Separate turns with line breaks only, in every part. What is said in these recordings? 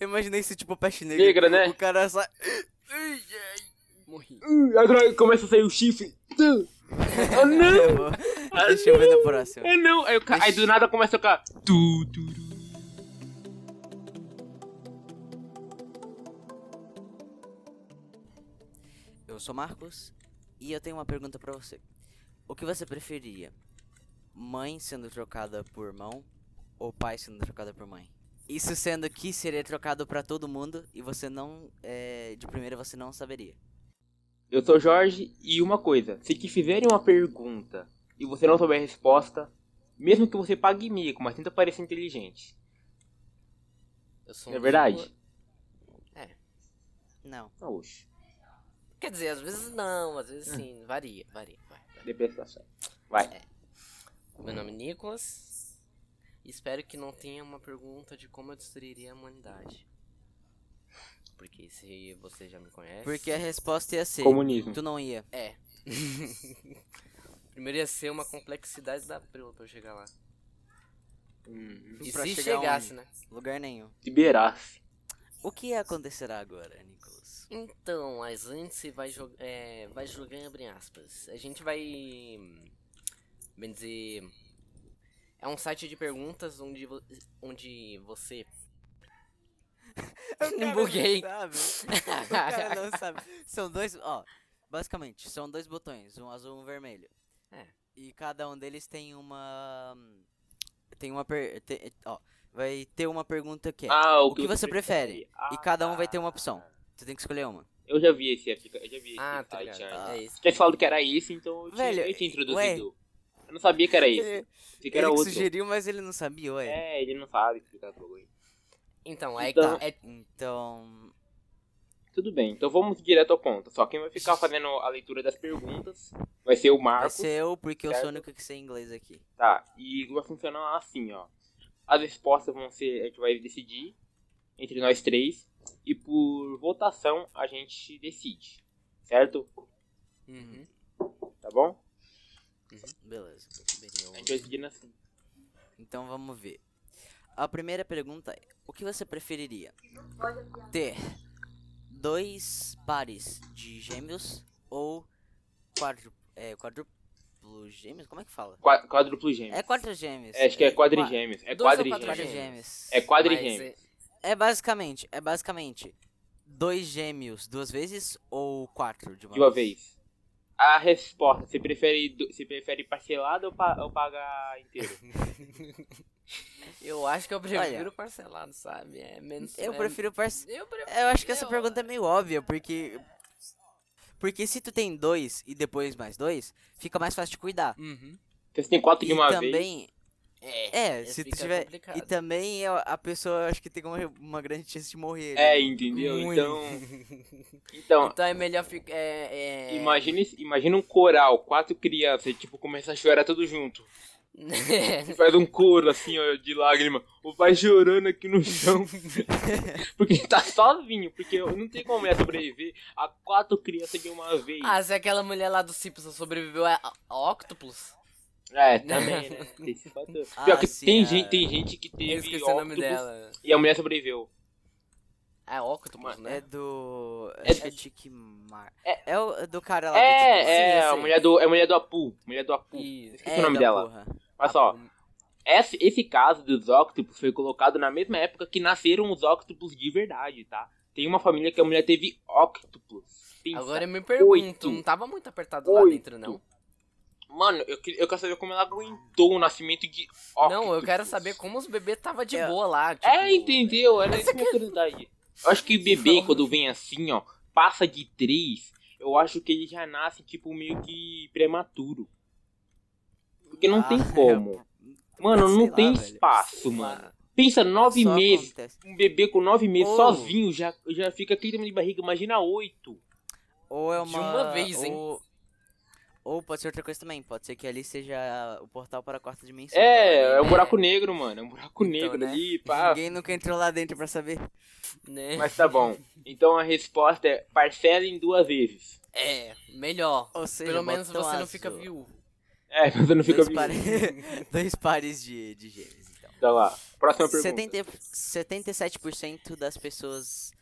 Eu imaginei se tipo peste negra.
Negra, né?
O cara sai. Ai, ai, Morri.
Uh, agora começa a sair o chifre. Uh, Ah, não!
Eu vou- É, Deixa eu ver no próximo.
Ah, não! Aí, o ca- aí do nada começa a tocar. Tu, tu, tu.
Eu sou Marcos e eu tenho uma pergunta pra você. O que você preferia? Mãe sendo trocada por irmão ou pai sendo trocada por mãe? Isso sendo que seria trocado pra todo mundo e você não. é, de primeira você não saberia.
Eu sou Jorge e uma coisa, se te fizerem uma pergunta e você não souber a resposta, mesmo que você pague mico, mas tenta parecer inteligente.
Eu sou
É
um
verdade?
tipo- É.
Não.
Ah, Oxe,
Quer dizer, às vezes não, às vezes sim. Varia, varia. vai, vai.
depende da situação. Vai.
É,
Meu nome é Nicolas. Espero que não tenha uma pergunta de como eu destruiria a humanidade. Porque se você já me conhece.
Porque é a resposta ia ser.
Comunismo.
Tu não ia.
É. Primeiro ia ser uma complexidade da prima pra eu chegar lá.
Hum,
E
Pra
se
chegar
chegasse,
onde?
né?
Lugar nenhum.
Liberasse.
O que acontecerá agora, Nicolas?
Então, mas antes você vai, jog... é, vai jogar abre aspas. A gente vai. Bem dizer. É um site de perguntas onde, vo- onde você.
Eu
Não buguei.
O cara não sabe. São dois, ó, basicamente, são dois botões, um azul e um vermelho.
É.
E cada um deles tem uma tem uma per, te- ó, vai ter uma pergunta que é.
Ah,
o que você prefere?
Ah,
E cada um vai ter uma opção. Você tem que escolher uma.
Eu já vi esse aplica- eu já vi esse
Ah, tá
site.
ligado.
antes.
Ah.
É isso.
Tinha te falado que era esse, então eu tinha,
Velho, é,
eu tinha
ué.
introduzido. Eu não sabia que era esse.
Ele,
Pensei
ele
que era
que
outro.
sugeriu, mas ele não sabia, ué.
É, ele não sabe explicar o bagulho.
Então, é que
Então-
tá. É...
Então,
Tudo bem, então vamos direto ao ponto. Só quem vai ficar fazendo a leitura das perguntas vai ser o
vai
Marcos.
ser eu porque eu sou o
certo.
único que sei inglês aqui.
Tá, e vai funcionar assim, ó. As respostas vão ser, a gente vai decidir entre nós três e por votação a gente decide, certo?
Uhum.
Tá bom?
Beleza.
A gente vai decidindo assim.
Então vamos ver. A primeira pergunta é: o que você preferiria? Ter dois pares de gêmeos ou quadru, é, quadruplo gêmeos? Como é que fala?
Qua- Quádruplo gêmeo.
É quatro gêmeos.
É, acho que é
qua-
quadrigêmeos. É
Dois ou
Quatro
quadrigêmeos.
quadrigêmeos?
gêmeos.
É quadrigêmeo.
Mas,
É basicamente, é basicamente dois gêmeos duas vezes ou quatro de uma,
De uma vez. A resposta, você prefere, do- você prefere parcelado ou, pa- ou pagar inteiro?
Eu acho que eu prefiro
Olha.
parcelado, sabe? É menos.
Eu
é-
prefiro parce...
Eu prefiro.
Eu acho que essa pergunta é meio óbvia, porque. Porque se tu tem dois e depois mais dois, fica mais fácil de cuidar.
Uhum.
Então você tem quatro de uma
e
vez.
também.
É.
É,
é,
se tu
fica
tiver. então
complicado.
E também eu- a pessoa acho que tem uma, uma grande chance de morrer.
É,
né?
entendeu?
Muito.
Então. Então,
Então é melhor ficar. É, é...
Imagina, esse- imagina um coral, quatro crianças, e, tipo, começa a chorar tudo junto. E faz um coro, assim, ó, de lágrima. O pai chorando aqui no chão. porque ele tá sozinho, porque não tem como ele sobreviver a quatro crianças de uma vez.
ah, se aquela mulher lá do Simpson sobreviveu a, a a Octopus.
É, também, né? Tem esse fator.
Ah,
Pior que
sim,
tem,
é.
gente, tem gente que teve
Eu esqueci o nome
óculos
dela.
e a mulher sobreviveu.
É Octopus,
É
né?
do.
É
acho que É
do-
Chick Mar.
É-
É, o do cara lá do
É,
tipo,
é,
eu
a
sei.
mulher do, é a mulher do Apu. Mulher do Apu.
Isso.
Esqueci o nome
É, da
dela.
porra.
Olha só. Esse, esse caso dos octopus foi colocado na mesma época que nasceram os octopus de verdade, tá? Tem uma família que a mulher teve octopus. Pensa.
Agora é- eu me pergunto,
Oito.
não tava muito apertado lá
Oito.
dentro, não?
Mano, eu, que- eu quero saber como ela aguentou o nascimento de octopus.
Não, eu quero saber como os bebês tava de
É.
boa lá. Tipo,
É, entendeu? Era essa minha curiosidade. Eu acho que bebê,
Não.
quando vem assim, ó, passa de três, eu acho que ele já nasce, tipo, meio que prematuro. Porque não
Ah,
tem como. Mano,
sei
não
lá,
tem
velho.
espaço, mano. Pensa, nove
Só
meses.
acontece.
um bebê com nove meses
Ou-
sozinho já, já fica clima de barriga, imagina oito.
Ou é
De
uma.
uma vez, hein?
Ou... ou pode ser outra coisa também. Pode ser que ali seja o portal para a quarta dimensão.
É, é
Então,
um buraco negro, mano. É um buraco
Então,
negro
né?
ali, pá.
Ninguém nunca entrou lá dentro pra saber.
Né?
Mas tá bom. Então a resposta é parcela em duas vezes.
É, melhor.
Ou seja,
Pelo menos
botão
você não fica
azul.
viúvo.
É, você não fica
Dois, pare- Dois pares de, de gêmeos, então.
Tá lá. Próxima pergunta.
70, 77% das pessoas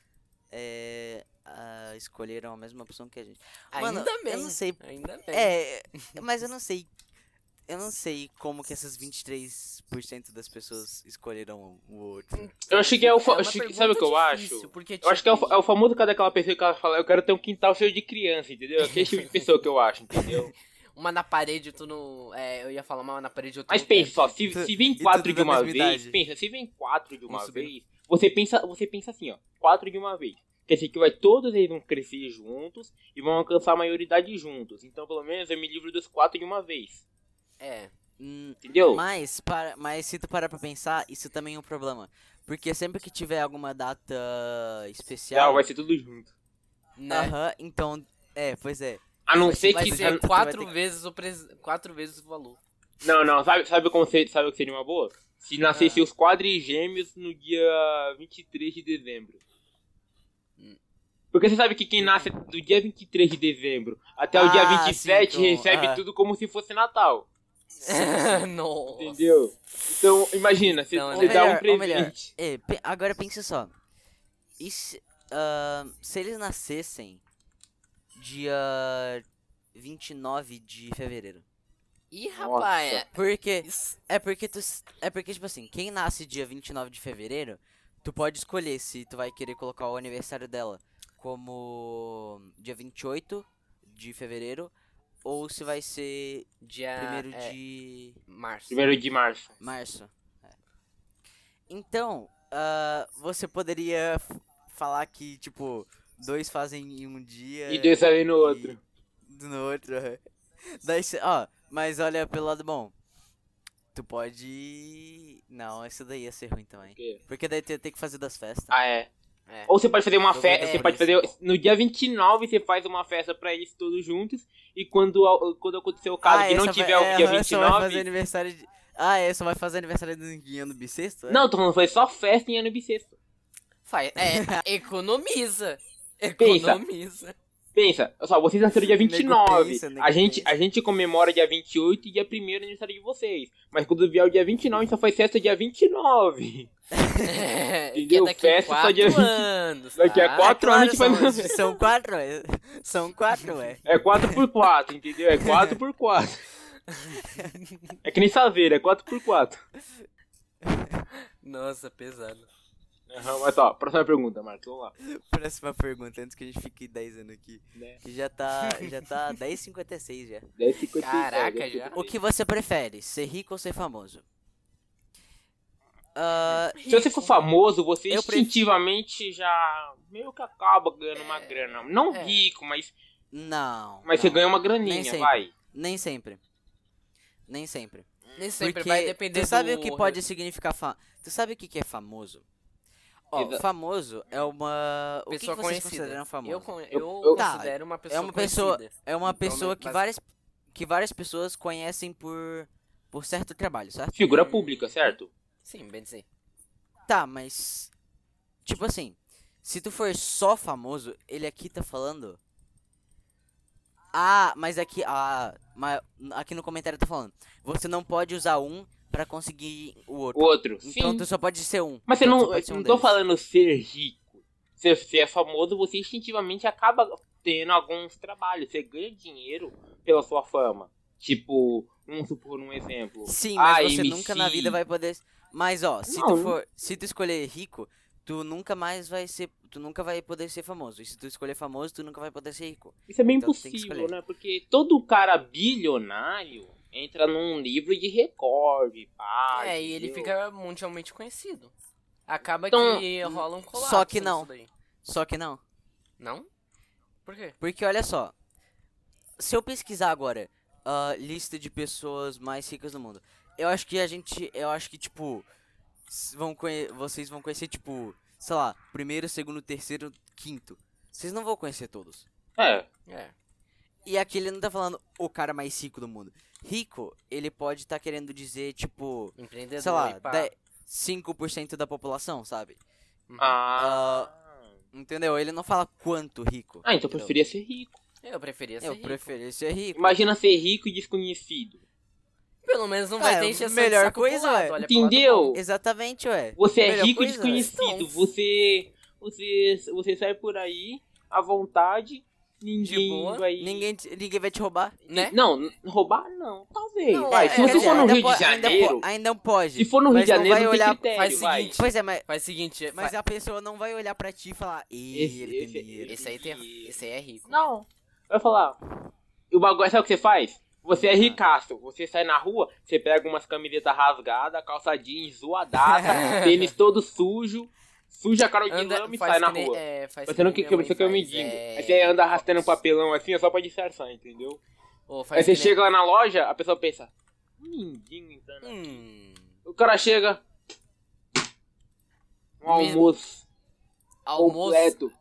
é, ah, escolheram a mesma opção que a gente. Mano,
Ainda bem.
Eu não sei.
Ainda bem.
É, mas eu não sei. Eu não sei como que essas 23% das pessoas escolheram o outro.
Eu acho que é o. fa-
uma
acho que-
pergunta
sabe o que eu
difícil,
acho?
Porque, tipo,
Eu acho que é o, fa- é o famoso cara daquela pessoa que ela fala, eu quero ter um quintal cheio de criança, entendeu? Aquele tipo de pessoa que eu acho, entendeu?
Uma na parede, tu não. É, eu ia falar uma na parede, outro
Mas
no
pensa
teto.
só, se,
Tu-
se
e
vem
tudo
quatro de
da
uma
mesma
vez,
idade.
pensa, se vem quatro de uma
Vamos subir.
vez, você pensa, você pensa assim, ó, quatro de uma vez. Quer dizer que vai, todos eles vão crescer juntos e vão alcançar a maioridade juntos. Então, pelo menos, eu me livro dos quatro de uma vez.
É.
Hum,
Entendeu?
Mas, para, mas se tu parar pra pensar, isso também é um problema. Porque sempre que tiver alguma data especial.
Não, vai ser tudo junto.
Né?
Aham, então. É, pois é.
A não
Vai
ser
vai
que.
ser-
a-
tu
quatro
vai ter
vezes o pres... quatro vezes o valor.
Não, não, sabe, sabe, como ser, sabe o que seria uma boa? Se nascesse
Ah.
os quadrigêmeos no dia 23 de dezembro. Porque você sabe que quem nasce do dia 23 de dezembro até o dia
Ah,
27
sim, então,
recebe
ah.
tudo como se fosse Natal.
Nossa.
Entendeu? Então, imagina, você,
Não, é
você dá um
melhor, ou melhor.
presente.
É, pe- agora pensa só. E se, ah, se eles nascessem dia 29 de fevereiro?
Ih,
Nossa.
rapaz. é-
Porque
Isso.
é porque tu s- é porque tipo assim, quem nasce dia 29 de fevereiro, tu pode escolher se tu vai querer colocar o aniversário dela como dia 28 de fevereiro ou se vai ser
Dia.
primeiro
é,
de
Março.
Primeiro de março.
Março. É. Então, ah, você poderia f- falar que, tipo, dois fazem em um dia.
E dois ali no outro.
e No outro. aham. Daí cê- ó, mas olha pelo lado bom. Tu pode. Não, isso daí ia ser ruim também. Porque daí tu ia ter que fazer das festas.
Ah, é.
É.
Ou você pode fazer uma
Eu
festa,
vou
você
dar
pode
por
fazer. No dia 29 você faz uma festa pra eles todos juntos. E quando, a- quando acontecer o caso
Ah,
que não
essa vai-
tiver o
é,
dia
aham, só Vai fazer
29.
aniversário de... Ah, é, só vai fazer aniversário do em ano bissexto? é?
Não, tô falando, foi só festa em ano bissexto.
Faz. É, economiza.
Pensa.
Economiza.
Pensa, olha só, vocês nasceram dia
Nego
29.
pensa, nego
a, gente,
pensa.
a gente comemora dia 28 e dia 1 é aniversário de vocês. Mas quando vier o dia 29, só faz festa dia 29.
que é
Entendeu?
daqui a
Festa só
quatro
dia 20.
anos.
Daqui a
tá?
quatro-
É claro,
anos a gente
são,
vai-
são quatro, é. São quatro, é.
É 4x4, entendeu? É 4x4. É que nem saveira, é 4x4.
Nossa, pesado.
Aham, mas ó, próxima pergunta, Marcos, vamos lá.
Próxima pergunta, antes que a gente fique 10 anos aqui.
Né? Tá
Que já tá, já tá 10,56 já.
10,56,
Caraca, já.
O que você prefere, ser rico ou ser famoso? Ah,
Se você for famoso, você
Eu prefiro-
instintivamente já meio que acaba ganhando uma grana. Não
É.
rico, mas,
não.
mas você
não.
ganha uma
Nem
graninha,
sempre.
vai.
Nem sempre. Nem sempre.
Nem sempre
Porque
vai depender
tu sabe
do-
o que pode significar fa... Tu sabe o que que é famoso? Ó,
Exa-
famoso é uma... O que
Pessoa
que vocês
conhecida.
consideram famoso?
Eu, con- eu,
eu-
Tá,
considero uma pessoa
uma pessoa-
conhecida.
É uma
Então,
pessoa
mas-
que
mas-
várias, que várias pessoas conhecem por, por certo trabalho, certo?
Figura pública, certo?
Sim, bem dizer.
Tá, mas. Tipo assim, se tu for só famoso, ele aqui tá falando. Ah, mas aqui. Ah, mas aqui no comentário tá falando. Você não pode usar um pra conseguir o outro.
O outro,
Então
sim.
tu só pode ser um.
Mas você
Então,
não,
só pode ser
eu
um
não tô
deles.
falando ser rico. Se você é famoso, você instintivamente acaba tendo alguns trabalhos. Você ganha dinheiro pela sua fama. Tipo, vamos supor um exemplo.
Sim, mas
Ah,
você
MC.
nunca na vida vai poder. Mas ó, se
Não,
tu
não-
for. Se tu escolher rico, tu nunca mais vai ser. Tu nunca vai poder ser famoso. E se tu escolher famoso, tu nunca vai poder ser rico.
Isso é bem
Então, tem que
impossível,
escolher.
né? Porque todo cara bilionário entra num livro de recorde, pá.
é, e ele
entendeu?
fica mundialmente conhecido. Acaba
Então,
que rola um colapso.
só que
nisso
não.
daí.
Só que não.
Não? Por quê?
Porque olha só, se eu pesquisar agora a lista de pessoas mais ricas do mundo, eu acho que a gente, eu acho que tipo s- vão conhe- vocês vão conhecer tipo, sei lá, primeiro, segundo, terceiro, quinto. Vocês não vão conhecer todos.
É,
É.
E aqui ele não tá falando o cara mais rico do mundo. Rico, ele pode estar querendo dizer tipo,
Empreendedor
sei lá,
e pá.
10, 5% da população, sabe?
Uhum.
Ah.
Entendeu? Ele não fala quanto rico.
Ah, então eu
entendeu?
preferia ser rico.
Eu preferia ser
Eu
é rico.
preferia ser rico.
Imagina ser rico e desconhecido.
Pelo menos não vai
Ah,
ter encheção
melhor
de saco
coisa, é.
pro lado,
ué.
olha pro lado
Entendeu?
Exatamente, ué.
Você é
Melhor
rico e
coisa,
desconhecido.
então.
Você, você, você sai por aí à vontade. Ninguém
boa,
vai.
Ninguém, te- ninguém vai te roubar.
bom, né?
Não, n- roubar não, talvez.
Não,
vai,
é,
se
quer
você
dizer,
for no
ainda
Rio de
po- ainda po-
Janeiro.
Ainda não pode.
Se for no Rio
mas
de Janeiro,
não vai
tem
olhar.
critério,
faz o
vai.
seguinte,
Pois é, mas,
Faz o seguinte,
mas
fa-
a pessoa não vai olhar pra ti e falar. Ih,
Esse-
ele tem
esse-
dinheiro.
esse aí tem, esse aí é rico.
Não. Vai falar. O bagulho, sabe o que você faz? Você
Ah.
é ricaço, você sai na rua, você pega umas camisetas rasgadas, calça jeans zoadada, tênis todo sujo, suja a cara de lama e sai na
é,
rua. Você não quer que você quer um mendigo. Aí você anda arrastando um papelão assim, é só pra disfarçar, entendeu? Aí você chega lá na loja, a pessoa pensa, mendigo então. né?"
Hum,
O cara chega, um almoço,
almoço
completo.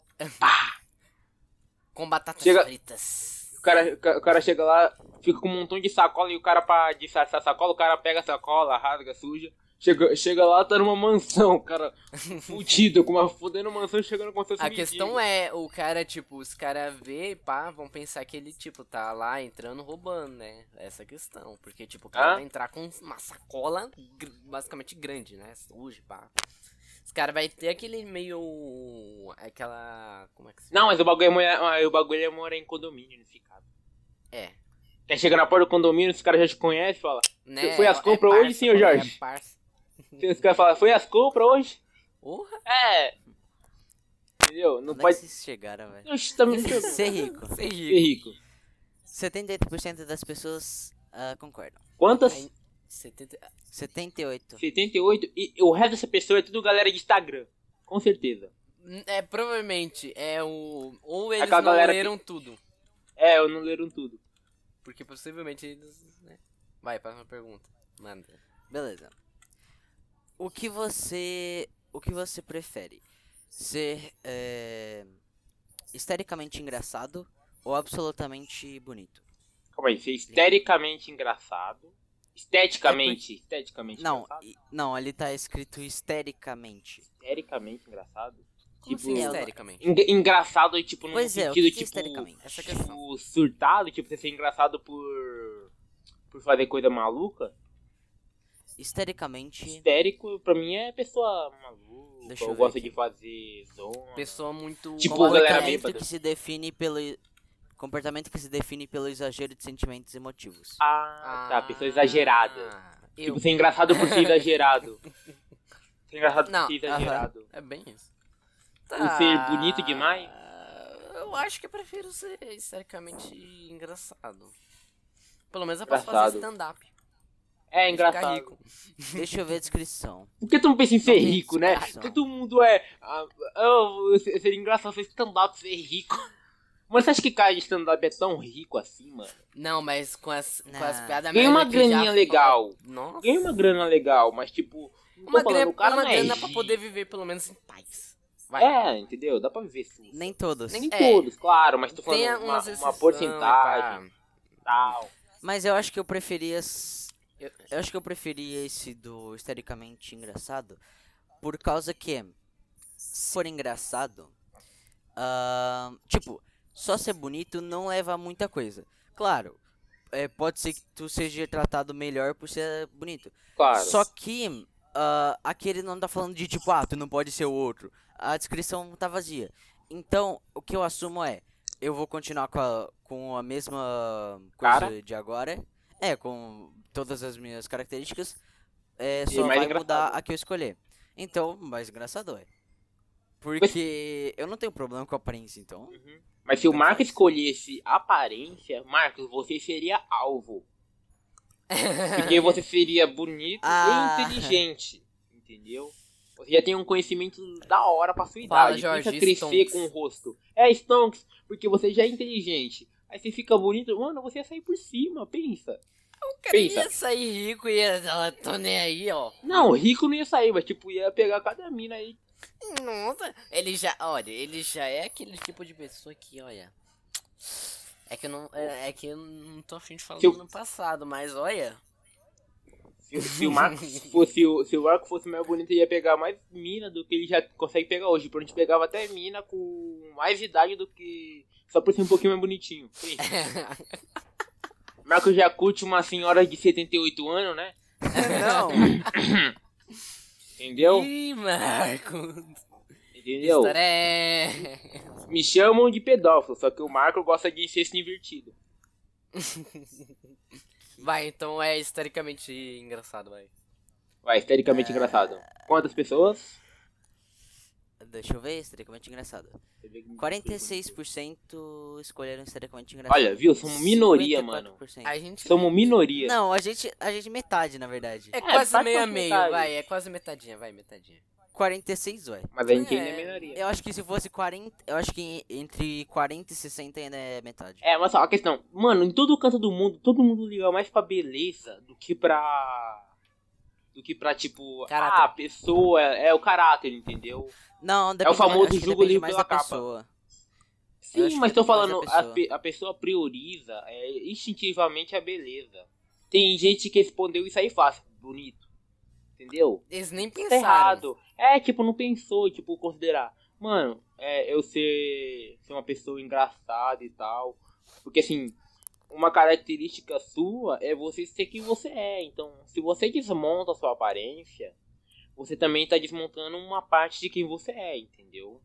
com batatas
Chega-
fritas.
O cara, o ca- o cara chega lá, fica com um montão de sacola e o cara, pra disfarçar a sacola, o cara pega a sacola, rasga, suja. Chega, chega lá, tá numa mansão, cara fudido, com uma fudendo mansão chegando com seus
A questão é, o cara, tipo, os caras vê, pá, vão pensar que ele, tipo, tá lá entrando roubando, né? Essa é a questão. Porque, tipo, o cara
Hã?
vai entrar com uma sacola gr- basicamente grande, né? Hoje, pá. Os caras vai ter aquele meio. aquela. Como é que se
Não, mas o bagulho é morar, o bagulho é morar em condomínio nesse caso.
É.
Aí chega na porta do condomínio, os caras já te conhecem fala.
Né?
Foi as
É- é
compras hoje,
parça,
senhor
quando é
Jorge?
parça.
Os caras falam, foi as compras hoje?
Porra,
É. Entendeu? Não
Onde é
pode.
que vocês chegaram, velho?
Oxi, também ser
Ser rico.
sei rico.
rico.
78% das pessoas ah, concordam.
Quantas?
Aí, 70...
78.
78. E o resto dessa pessoa é tudo galera de Instagram. Com certeza.
É, provavelmente, é o... Ou eles
Aquela
não
galera que-
leram tudo.
É, eu não leram tudo.
Porque possivelmente eles... né? Vai, próxima pergunta. Manda.
Beleza. O que você. O que você prefere? Ser é, histericamente engraçado ou absolutamente bonito?
Calma aí, ser histericamente engraçado. Esteticamente. Esteticamente
Não,
engraçado.
e- não, ali tá escrito histericamente.
Histericamente engraçado.
Como
Tipo-
assim, histericamente?
Eng- engraçado, tipo, num
Pois é, o
sentido,
que que é
tipo,
histericamente?
Essa
tipo, surtado, tipo, você ser engraçado por. por fazer coisa maluca.
Histericamente.
Histérico, pra mim, é pessoa maluca.
Deixa
eu
eu ver
gosto
aqui.
de fazer zona.
Pessoa muito...
Tipo,
maluca.
galera
comportamento
bêbada.
que se define pelo. Comportamento que se define pelo exagero de sentimentos e motivos.
Ah, tá, pessoa exagerada.
Ah,
Tipo,
Eu.
ser engraçado por ser exagerado. ser engraçado
Não,
por ser
aham.
exagerado.
É bem isso.
Tipo, um
Ah,
ser bonito demais?
Eu acho que eu prefiro ser histericamente engraçado. Pelo menos eu posso fazer
Engraçado.
stand-up.
É
Ficar
engraçado.
rico.
Deixa eu ver a descrição.
Por que tu não pensa em ser
Não tem
rico, né?
explicação.
Todo mundo é. Ah, eu seria engraçado ser stand-up ser rico. Mas você acha que cara de stand-up é tão rico assim, mano?
Não, mas com as, com as
Não.
Ganha
piadas... merda
uma
que já
graninha
fala-
legal.
Nossa.
Ganha uma grana legal, mas tipo. não tô
Uma,
falando,
grana,
o cara
uma
não é
grana pra
rico.
poder viver pelo menos em paz. Vai.
É, entendeu? Dá pra viver sim. Nem,
Nem todos.
Nem- é.
todos, claro, mas tô falando
Tem
uma,
umas
uma
exceções,
porcentagem
pá.
e tal.
Mas eu acho que eu preferia. s-
Eu-
Eu acho que eu preferia esse do historicamente engraçado. Por causa que. Se for engraçado. ah, tipo, só ser bonito não leva a muita coisa. Claro, é, pode ser que tu seja tratado melhor por ser bonito.
Claro.
Só que. ah, aqui ele não tá falando de tipo, ah, tu não pode ser o outro. A descrição tá vazia. Então, o que eu assumo é. Eu vou continuar com a, com a mesma coisa
Cara?
de agora. É, com todas as minhas características. É,
E
só
mais
vai
engraçado.
mudar a que eu escolher. Então, mais engraçado é. Porque eu não tenho problema com a aparência, então.
Uhum. Mas se o Marcos escolhesse aparência, Marcos, você seria alvo. Porque você seria bonito
Ah.
e inteligente. Entendeu? Você já tem um conhecimento da hora pra sua
Fala,
idade.
Jorge,
Pensa crescer
Stonks.
com o rosto. É, Stonks, porque você já é inteligente. Aí você fica bonito, mano, você ia sair por cima, pensa.
O cara
Pensa.
ia sair rico e ia... ela tô nem aí, ó.
Não, rico não ia sair, mas tipo, ia pegar cada mina aí.
Nossa, ele já, olha, ele já é aquele tipo de pessoa que, olha. É que eu não, é, é que eu não tô afim de falar
Que eu-
no passado, mas olha.
Se, se o Marcos fosse o, se o Marcos fosse mais bonito, ele ia pegar mais mina do que ele já consegue pegar hoje. Por onde pegava até mina com mais idade do que. Só por ser um pouquinho mais bonitinho. Sim. Marco Jacute, uma senhora de 78 anos, né?
Não.
Entendeu?
Ih, Marcos.
Entendeu?
História é...
Me chamam de pedófilo, só que o Marco gosta de incesto invertido.
Vai, então é historicamente engraçado, vai.
Vai, histericamente engraçado. Quantas pessoas?
Deixa eu ver, historicamente engraçado. 46% escolheram historicamente engraçado.
Olha, viu? Somos minoria, mano.
54%.
A gente...
Somos minoria.
Não, a gente, a gente metade, na verdade.
É quase
quase
meio a
metade.
meio, vai. É quase metadinha, vai, metadinha.
46, ué.
Mas a gente
É.
ainda é minoria.
Eu acho que se fosse 40, eu acho que entre 40 e 60 ainda é metade.
É, mas só a questão, mano, em todo canto do mundo, todo mundo liga mais pra beleza do que pra. Do que pra, tipo,
Caráter.
ah, a pessoa, é, o caráter, entendeu?
Não, depende,
É famoso
acho que
julgo
depende
livre
mais
pela
da
capa.
pessoa. Eu acho
Sim,
que
mas tô
depende mais
falando,
da
a,
pessoa.
pe- a pessoa prioriza é, instintivamente a beleza. Tem gente que respondeu isso aí fácil, bonito. Entendeu?
Eles nem
tá
pensaram.
errado. É, tipo, não pensou, tipo, considerar. Mano, é, eu ser, ser uma pessoa engraçada e tal. Porque, assim, uma característica sua é você ser quem você é. Então, se você desmonta a sua aparência, você também tá desmontando uma parte de quem você é, entendeu?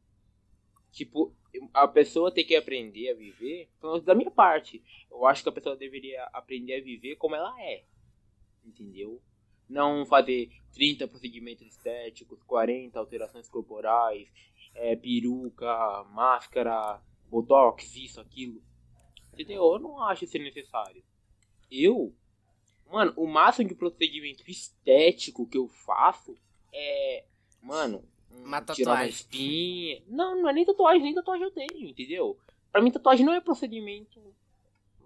Tipo, a pessoa tem que aprender a viver, pelo menos da minha parte. Eu acho que a pessoa deveria aprender a viver como ela é. Entendeu? Não fazer 30 procedimentos estéticos, 40 alterações corporais, é, peruca, máscara, botox, isso, aquilo. Entendeu? Eu não acho isso necessário. Eu, mano, o máximo de procedimento estético que eu faço é, mano, um, tirar
Uma
uma
tatuagem.
espinha. Não, não é nem tatuagem, nem tatuagem eu tenho, entendeu? Pra mim, tatuagem não é procedimento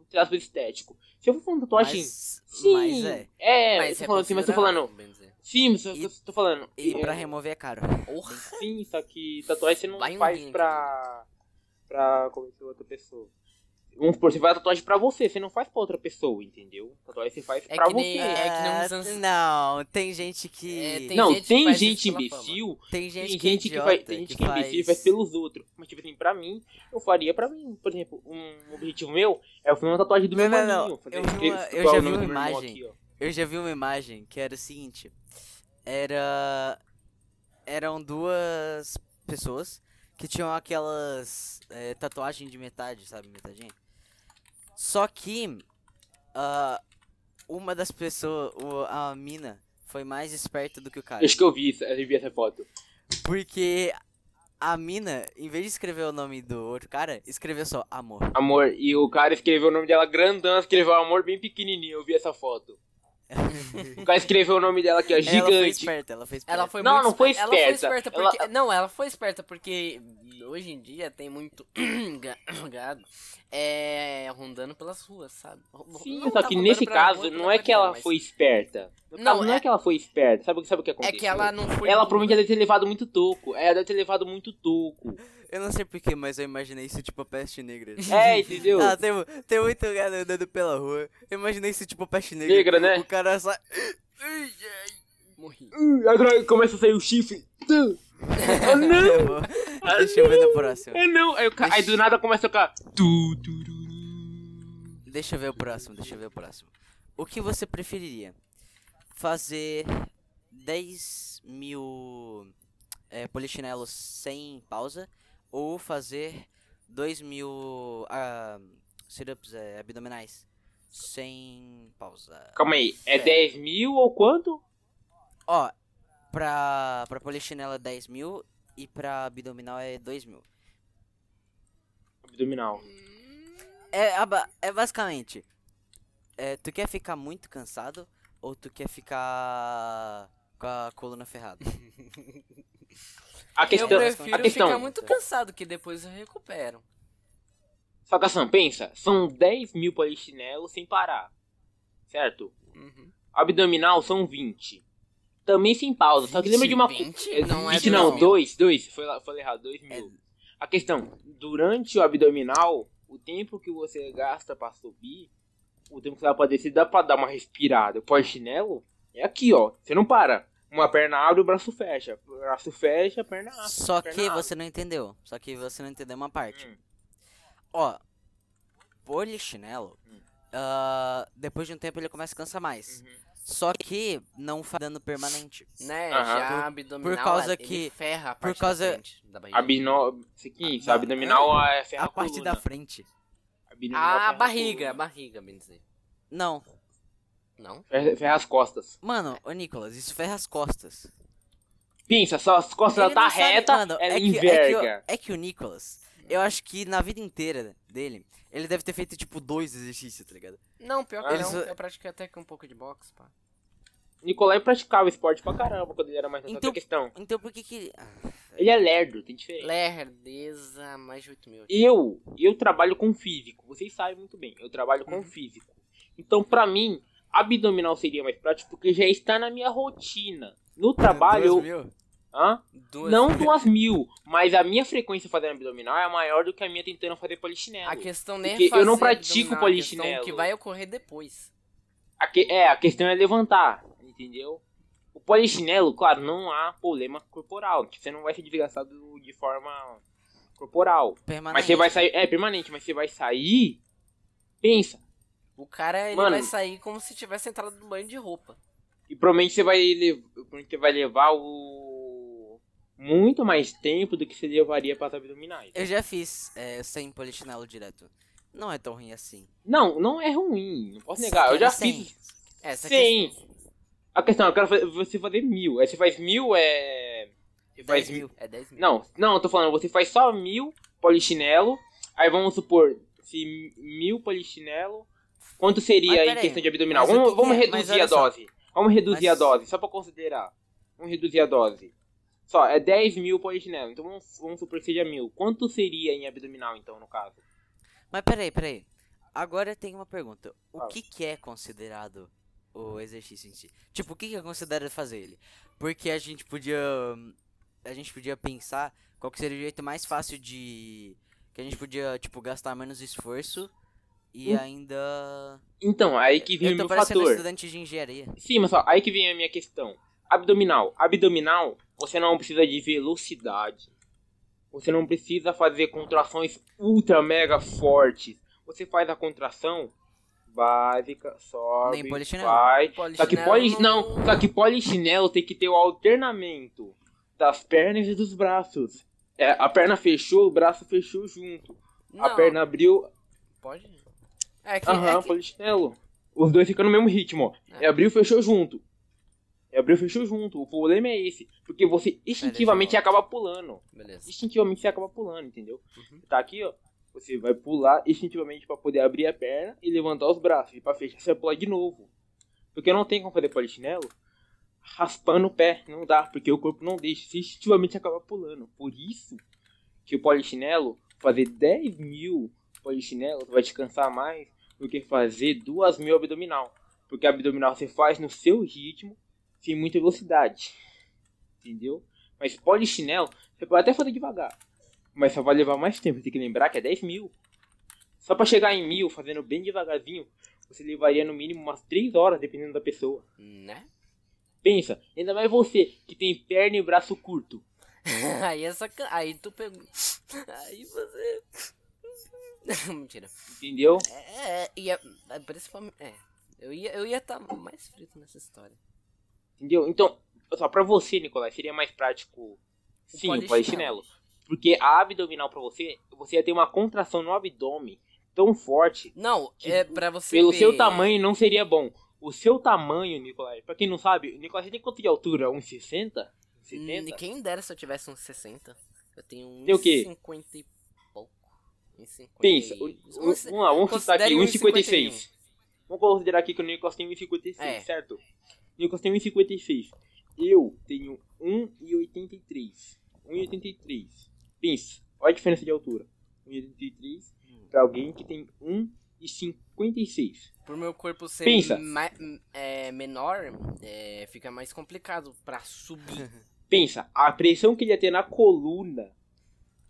entre aspas, estético. Se eu for falar tatuagem.
Mas,
sim,
mas é.
É,
Mas
você
é
falando assim, mas eu tô
considerável,
falando.
bem dizer.
Sim, mas eu
E-
eu tô falando.
E
é,
pra remover é caro.
Porra.
Sim, só que tatuagem você não
Vai um
faz
link,
pra. pra convencer outra pessoa. Vamos supor, você faz tatuagem pra você, você não faz pra outra pessoa, entendeu? Tatuagem você faz
É
pra
que nem-
você.
é que nem
Ah,
uns anos-
Não, tem gente que.
É,
tem...
tem-
não,
gente que
tem
faz
gente
isso pela fama.
imbecil,
gente
tem
que é
gente que
idiota,
faz, tem gente que é
faz...
imbecil e faz pelos outros. Mas, tipo assim, pra mim, eu faria pra mim. Por exemplo, um objetivo meu é eu fazer uma tatuagem do
Não,
meu
não, não.
maninho. fazer
Eu vi uma-
esse-
eu
qual
já
o
vi uma
nome do meu irmão
imagem.
aqui, ó.
Eu já vi uma imagem que era o seguinte. Era. Eram duas pessoas que tinham aquelas é, tatuagem de metade, sabe? Metadinha. Só que ah, uma das pessoas, o- a mina, foi mais esperta do que o cara.
Acho que eu vi, isso, eu vi essa foto.
Porque a mina, em vez de escrever o nome do outro cara, escreveu só amor.
Amor, e o cara escreveu o nome dela grandão, escreveu amor bem pequenininho, eu vi essa foto. o cara escreveu o nome dela aqui, ó,
Ela foi
gigante.
esperta, ela foi esperta.
Ela foi
Não,
muito
não foi
esper- Ela foi
esperta.
esperta porque... Não, ela foi esperta porque hoje em dia tem muito ga- gado é, rondando pelas ruas, sabe?
Sim,
Não
só
tá
que
rondando
nesse
pela rua,
caso,
pela
não é que
favela,
ela
mas
foi esperta. No
Não,
caso, não é
é-
que ela foi esperta. Sabe, o- sabe o que
É
aconteceu?
que ela não foi...
Ela provavelmente deve ter levado muito toco. É, deve ter levado muito toco.
Eu não sei porquê, mas eu imaginei isso tipo a peste negra.
É, entendeu?
Ah, tem, tem muito cara andando pela rua. Eu imaginei isso tipo a peste negra.
Negra, né?
O cara sai.
Morri.
Hum, Agora começa a sair o chifre. Tum. Ah, não! Ah,
Deixa eu ver no próximo.
Ah, não! Aí, o ca- aí do nada começa a tocar. Tu, tu, ru, ru.
Deixa eu ver o próximo, deixa eu ver o próximo. O que você preferiria? Fazer 10 mil é, polichinelos sem pausa ou fazer 2 mil ah, syrups é, abdominais sem pausa?
Calma aí, é 10 mil ou quanto?
Ó, pra, pra polichinela é 10 mil e pra abdominal é 2 mil.
Abdominal.
É, a ba- é basicamente, é, tu quer ficar muito cansado ou tu quer ficar com a coluna ferrada?
A questão,
eu
a
prefiro
questão, é
ficar muito cansado, que depois eu recupero.
Só que assim, pensa, são 10 mil polichinelos sem parar, certo?
Uhum.
Abdominal são 20. Também sem pausa, só que lembra de uma... co-
20?
é,
Não é
20 não,
não.
2, 2, foi lá, falei errado, 2 mil.
É.
A questão, durante o abdominal, o tempo que você gasta pra subir, o tempo que você vai pra descer, dá pra dar uma respirada. O polichinelo é aqui, ó, você não para. Uma perna abre, o braço fecha. O braço fecha, a perna abre.
Só
perna
que
abre.
você não entendeu. Só que você não entendeu uma parte.
Hum.
Ó, polichinelo
Hum. Uhum.
ah, depois de um tempo ele começa a cansar mais. Só que não faz dano permanente.
Né,
Aham.
já abdominal,
por causa
ele
que-
ferra a
por
parte
causa-
da frente da barriga.
Abino... Aqui, sabe? Abdominal é ferra
a parte
coluna.
da frente.
Abdominal é ferra
A
coluna.
Ah, barriga, a barriga, bem dizer.
Não.
Não?
Ferra, ferra as costas.
Mano, ô Nicolas, isso ferra as costas.
Pensa, só as costas
Ele
ela tá
não sabe-
reta,
mano,
ela
é que,
enverga.
É que, o- é que o Nicolas, eu acho que na vida inteira dele, ele deve ter feito tipo dois exercícios, tá ligado?
Não, pior que
Ah.
não.
Eles- é-
Eu pratiquei até que um pouco de boxe, pá.
Nicolai praticava esporte pra caramba quando ele era mais novo.
Então-
Então... questão.
Então por que que ele. Ah,
Ele é lerdo, tem diferença.
Lerdeza, mais de 8 mil.
Eu, eu trabalho com físico. Vocês sabem muito bem. Eu trabalho
Uhum.
com físico. Então, pra mim, abdominal seria mais prático porque já está na minha rotina. No trabalho,
dois
eu-
mil?
Hã?
Duas
não duas mil, mas a minha frequência fazendo abdominal é maior do que a minha tentando fazer polichinelo.
A questão nem
Porque
é
eu
fazer
não pratico
abdominal, a questão
polichinelo.
que vai ocorrer depois.
A que- é, a questão é levantar, entendeu? O polichinelo, claro, não há problema corporal. Tipo, Você não vai ser desgastado de forma corporal.
Permanente.
Mas você vai sair. É permanente, mas você vai sair. Pensa.
O cara, ele
Mano.
vai sair como se tivesse entrado no banho de roupa.
E provavelmente você vai, lev- provavelmente você vai levar o. Muito mais tempo do que você levaria para as abdominais.
Eu já fiz é, sem polichinelo direto. Não é tão ruim assim.
Não, não é ruim. Não posso negar. Eu já
é Sem.
fiz.
Essa
Sim.
questão-
A questão, eu quero fazer, você fazer mil. Aí você faz mil, é. Você faz
10 mil. É 10 mil.
Não, não, eu tô falando, você faz só mil polichinelo, aí vamos supor, se mil polichinelo, quanto
Mas
seria em
peraí,
questão de abdominal?
mas o
Vamos,
que que
vamos
é? Mas
reduzir
olha
a
só.
dose. Vamos reduzir
Mas-
a dose, só pra considerar. Vamos reduzir a dose. Só, é 10 mil polichinelo, então vamos, vamos supor que seja mil. Quanto seria em abdominal, então, no caso?
Mas peraí, peraí. Agora tem uma pergunta. O
Fala.
que, que é considerado o exercício em si? Tipo, o que, que é considerado fazer ele? Porque a gente podia. hum, A gente podia pensar qual que seria o jeito mais fácil de. Que a gente podia, tipo, gastar menos esforço e
Hum.
ainda.
Então, aí que vem
Eu
o
tô
meu
parecendo um
fator.
estudante de engenharia.
Sim, mas só, aí que vem a minha questão. Abdominal. Abdominal, você não precisa de velocidade. Você não precisa fazer contrações ultra mega fortes. Você faz a contração básica, sobe,
Nem polichinelo.
vai. Só
Polichinelo
que, poli... não, só que polichinelo tem que ter o alternamento das pernas e dos braços. É, a perna fechou, o braço fechou junto. A
Não,
perna abriu,
Pode? É que,
Aham,
é que-
polichinelo. Os dois ficam no mesmo ritmo, ó.
É.
É abriu e fechou junto. É abriu e fechou junto. O problema é esse. Porque você instintivamente
volta.
acaba pulando.
Beleza.
Instintivamente você acaba pulando, entendeu?
Uhum.
Tá aqui, ó. Você vai pular instintivamente pra poder abrir a perna e levantar os braços. E pra fechar, você vai pular de novo. Porque não tem como fazer polichinelo raspando o pé. Não dá, porque o corpo não deixa. Você instintivamente acaba pulando. Por isso que o polichinelo, fazer 10 mil polichinelos vai te cansar mais do que fazer duas mil abdominal. Porque abdominal você faz no seu ritmo, sem muita velocidade. Entendeu? Mas polichinelo, você pode Tipo, até fazer devagar. Mas só vai levar mais tempo. Tem que lembrar que é 10 mil. Só pra chegar em mil, fazendo bem devagarzinho, você levaria no mínimo umas 3 horas, dependendo da pessoa.
Né?
Pensa, ainda mais você, que tem perna e braço curto.
aí essa. Aí tu pegou. Aí você. Mentira.
Entendeu?
É, é, ia, é, principalmente. É. Eu ia eu ia tá mais frito nessa história.
Entendeu? Então, só pra você, Nicolás, seria mais prático sim o polichinelo. Porque a abdominal pra você, você ia ter uma contração no abdômen tão forte.
Não,
Que
é pra você.
Pelo
ver-
seu tamanho não seria bom. O seu tamanho, Nicolás, pra quem não sabe, o Nicolás tem quanto de altura? 1,60?
Hum,
70?
Quem dera se eu tivesse uns 60. Eu tenho uns
Tem o quê?
50 e pouco. Uns 50
Pensa,
e-
o-
um
o- um
uns-
vamos lá, vamos citar tá aqui
considere
1,56. Vamos considerar aqui que o Nicolas tem 1,56,
É.
certo? Nicolas tem 1,56. Eu tenho 1,83. 1,83. Pensa, olha a diferença de altura. 1,83 pra alguém que tem 1,56.
Por meu corpo ser
Pensa.
ma- é, menor, é, fica mais complicado pra subir.
Pensa, a pressão que ele ia ter na coluna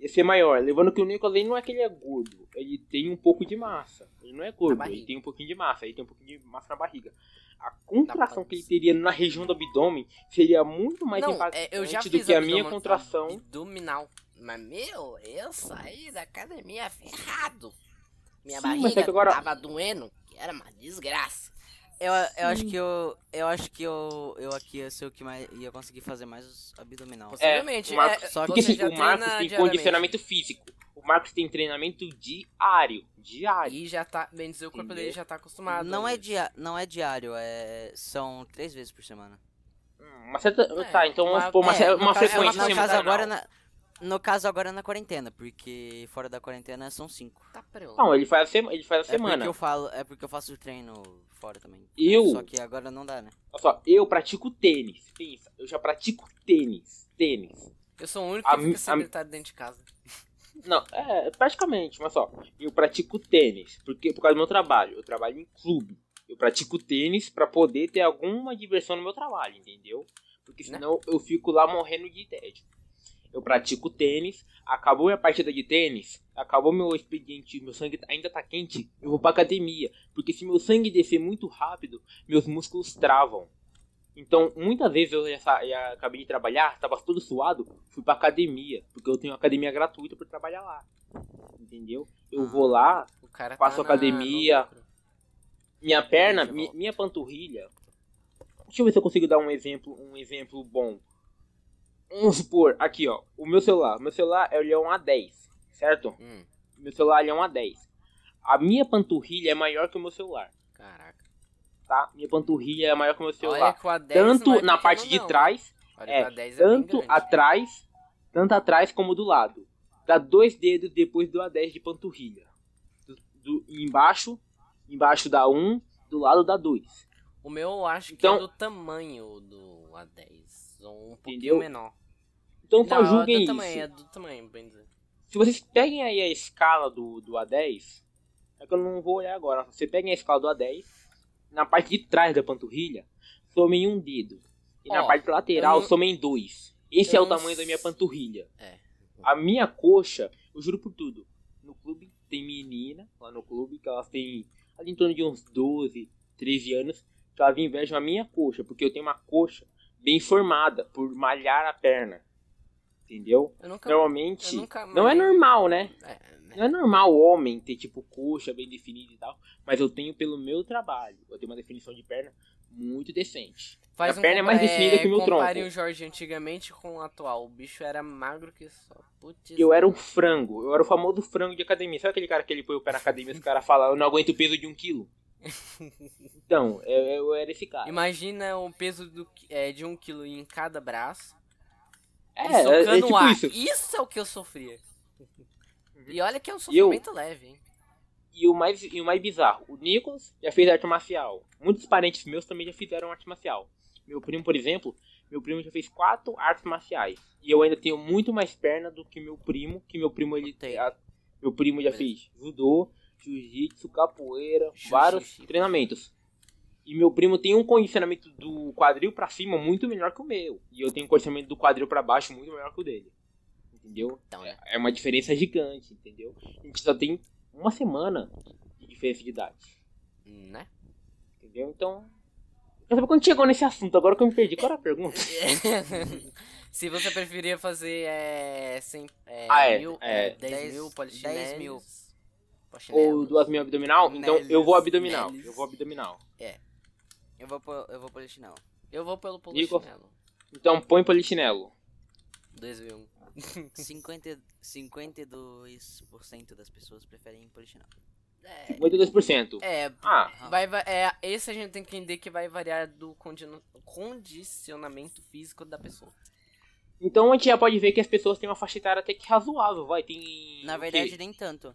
ia ser maior. Levando que o Nicolas ele não é que ele é gordo. Ele tem um pouco de massa. Ele não é gordo,
Na barriga.
ele tem um pouquinho de massa. Ele tem um pouquinho de massa na barriga. A contração que ele teria na região do abdômen seria muito mais
Não,
impactante
é, eu já
do
fiz
que a
abdômen-
minha contração.
abdominal. Mas, meu, eu saí da academia ferrado. Minha
Sim, mas é
barriga
que agora-
tava doendo. que Era uma desgraça.
Eu, eu acho que eu. Eu acho que eu. Eu aqui ia ser o que mais. ia conseguir fazer mais os abdominal.
É,
Possivelmente.
o Marcos,
é,
só
porque
que
você
assim,
já
o Marcos
treina
tem
diariamente.
condicionamento físico. O Marcos tem treinamento diário. Diário.
E já tá, bem dizer, o corpo dele
Entendeu?
já tá acostumado.
Não
a
é,
isso.
dia, não é diário, é. São três vezes por semana.
Hum, Uma certa.
É,
tá, então vamos
uma-
supor uma,
é,
cer-
no
uma
caso-
É,
frequência
no caso
semanal.
agora na. No caso agora na quarentena, porque fora da quarentena são cinco.
Tá pronto.
Não, ele faz a, sema- ele faz a
É porque
semana.
eu falo, é porque eu faço treino fora também.
Eu?
Só que agora não dá, né?
Olha só, eu pratico tênis. Pensa, eu já pratico tênis. Tênis.
Eu sou o único que
A mi-
fica
a-
secretário dentro de casa.
Não, é, praticamente, mas só. Eu pratico tênis, porque por causa do meu trabalho. Eu trabalho em clube. Eu pratico tênis pra poder ter alguma diversão no meu trabalho, entendeu? Porque
Né?
senão eu fico lá morrendo de tédio. Eu pratico tênis, acabou minha partida de tênis, acabou meu expediente, meu sangue ainda tá quente, eu vou pra academia. Porque se meu sangue descer muito rápido, meus músculos travam. Então, muitas vezes eu já, sa- já acabei de trabalhar, tava todo suado, fui pra academia, porque eu tenho academia gratuita pra trabalhar lá. Entendeu? Eu
Ah.
vou lá,
O cara
Faço
tá na-
academia.
no lucro.
minha perna,
Deixa eu
mi-
voltar.
minha panturrilha. Deixa eu ver se eu consigo dar um exemplo, um exemplo bom. Vamos supor, aqui ó, o meu celular, meu celular ele é um A10, certo?
Hum,
Meu celular ele é um A10. A minha panturrilha é maior que o meu celular,
caraca.
tá? Minha panturrilha é maior que o meu
Olha
celular.
que o A10 não é
Tanto na
pequeno,
parte de
não.
trás,
Olha
é,
que o A10 é bem
tanto
grande.
atrás, tanto atrás como do lado. Dá dois dedos depois do A10 de panturrilha. Do, do- embaixo, embaixo dá um, do lado dá dois.
O meu eu acho que
Então-
é do tamanho do A10. Ou um pouquinho
Entendeu?
menor.
Então só
não, é
julguem
do
isso.
tamanho, é do tamanho, bem dizer.
Se vocês peguem aí a escala do, do A10, é que eu não vou olhar agora. Você peguem a escala do A10, na parte de trás da panturrilha, somem um dedo. E na
Ó,
parte lateral,
eu não-
somem dois. Esse
eu
é o
não
tamanho da minha
s-
panturrilha.
É.
A minha coxa, eu juro por tudo. No clube tem menina lá no clube que elas têm ali em torno de uns 12, 13 anos, que elas invejam a minha coxa, porque eu tenho uma coxa bem formada por malhar a perna. Entendeu?
Eu nunca.
Normalmente.
eu nunca
Não é
malhei.
normal, né?
É, né?
Não é normal o homem ter, tipo, coxa bem definida e tal, mas eu tenho pelo meu trabalho. Eu tenho uma definição de perna muito decente.
Faz
a perna é mais
compa-
definida que o meu
compare
tronco.
o Jorge antigamente com o atual. O bicho era magro que só. Putz.
Eu era um frango, eu era o famoso frango de academia. Sabe aquele cara que ele põe o pé na academia e os caras falam, eu não aguento o peso de um quilo? Então, eu, eu era esse cara.
Imagina o peso do, qui- é, de um quilo em cada braço. e
É,
socando
é, é tipo
o ar.
isso.
é o que eu sofria. E olha que é um
E eu-
sofrimento leve, hein?
E o, mais, e o mais bizarro, o Nicolas já fez arte marcial. Muitos parentes meus também já fizeram arte marcial. Meu primo, por exemplo, meu primo já fez quatro artes marciais. E eu ainda tenho muito mais perna do que meu primo, que meu primo ele tem. a- meu primo já fez judô, jiu-jitsu, capoeira,
Jiu-jitsu.
vários treinamentos. E meu primo tem um condicionamento do quadril pra cima muito melhor que o meu. E eu tenho um condicionamento do quadril pra baixo muito melhor que o dele. Entendeu?
Então, né?
É uma diferença gigante, entendeu? A gente só tem uma semana de diferença de idade,
né?
entendeu? Então. Eu saber quando chegou nesse assunto, agora que eu me perdi. Qual era a pergunta?
Se você preferia fazer é, cem- é,
Ah, é,
mil,
é.
10 mil
Dez-
polichinelos.
dez mil.
polichinelos.
Ou duas mil abdominal? Então eu vou abdominal.
Neles.
Eu vou abdominal.
Eu vou pro, eu vou polichinelo.
Eu vou pelo
Igor.
polichinelo.
Então põe polichinelo.
2 mil. um.
50, 52% das pessoas preferem polichinelo.
É,
52%.
é,
Ah,
Vai, va- é, esse a gente tem que entender que vai variar do condino- condicionamento físico da pessoa.
então a gente já pode ver que as pessoas têm uma faixa etária até que razoável, vai. Tem.
Na
o quê?
verdade, nem tanto.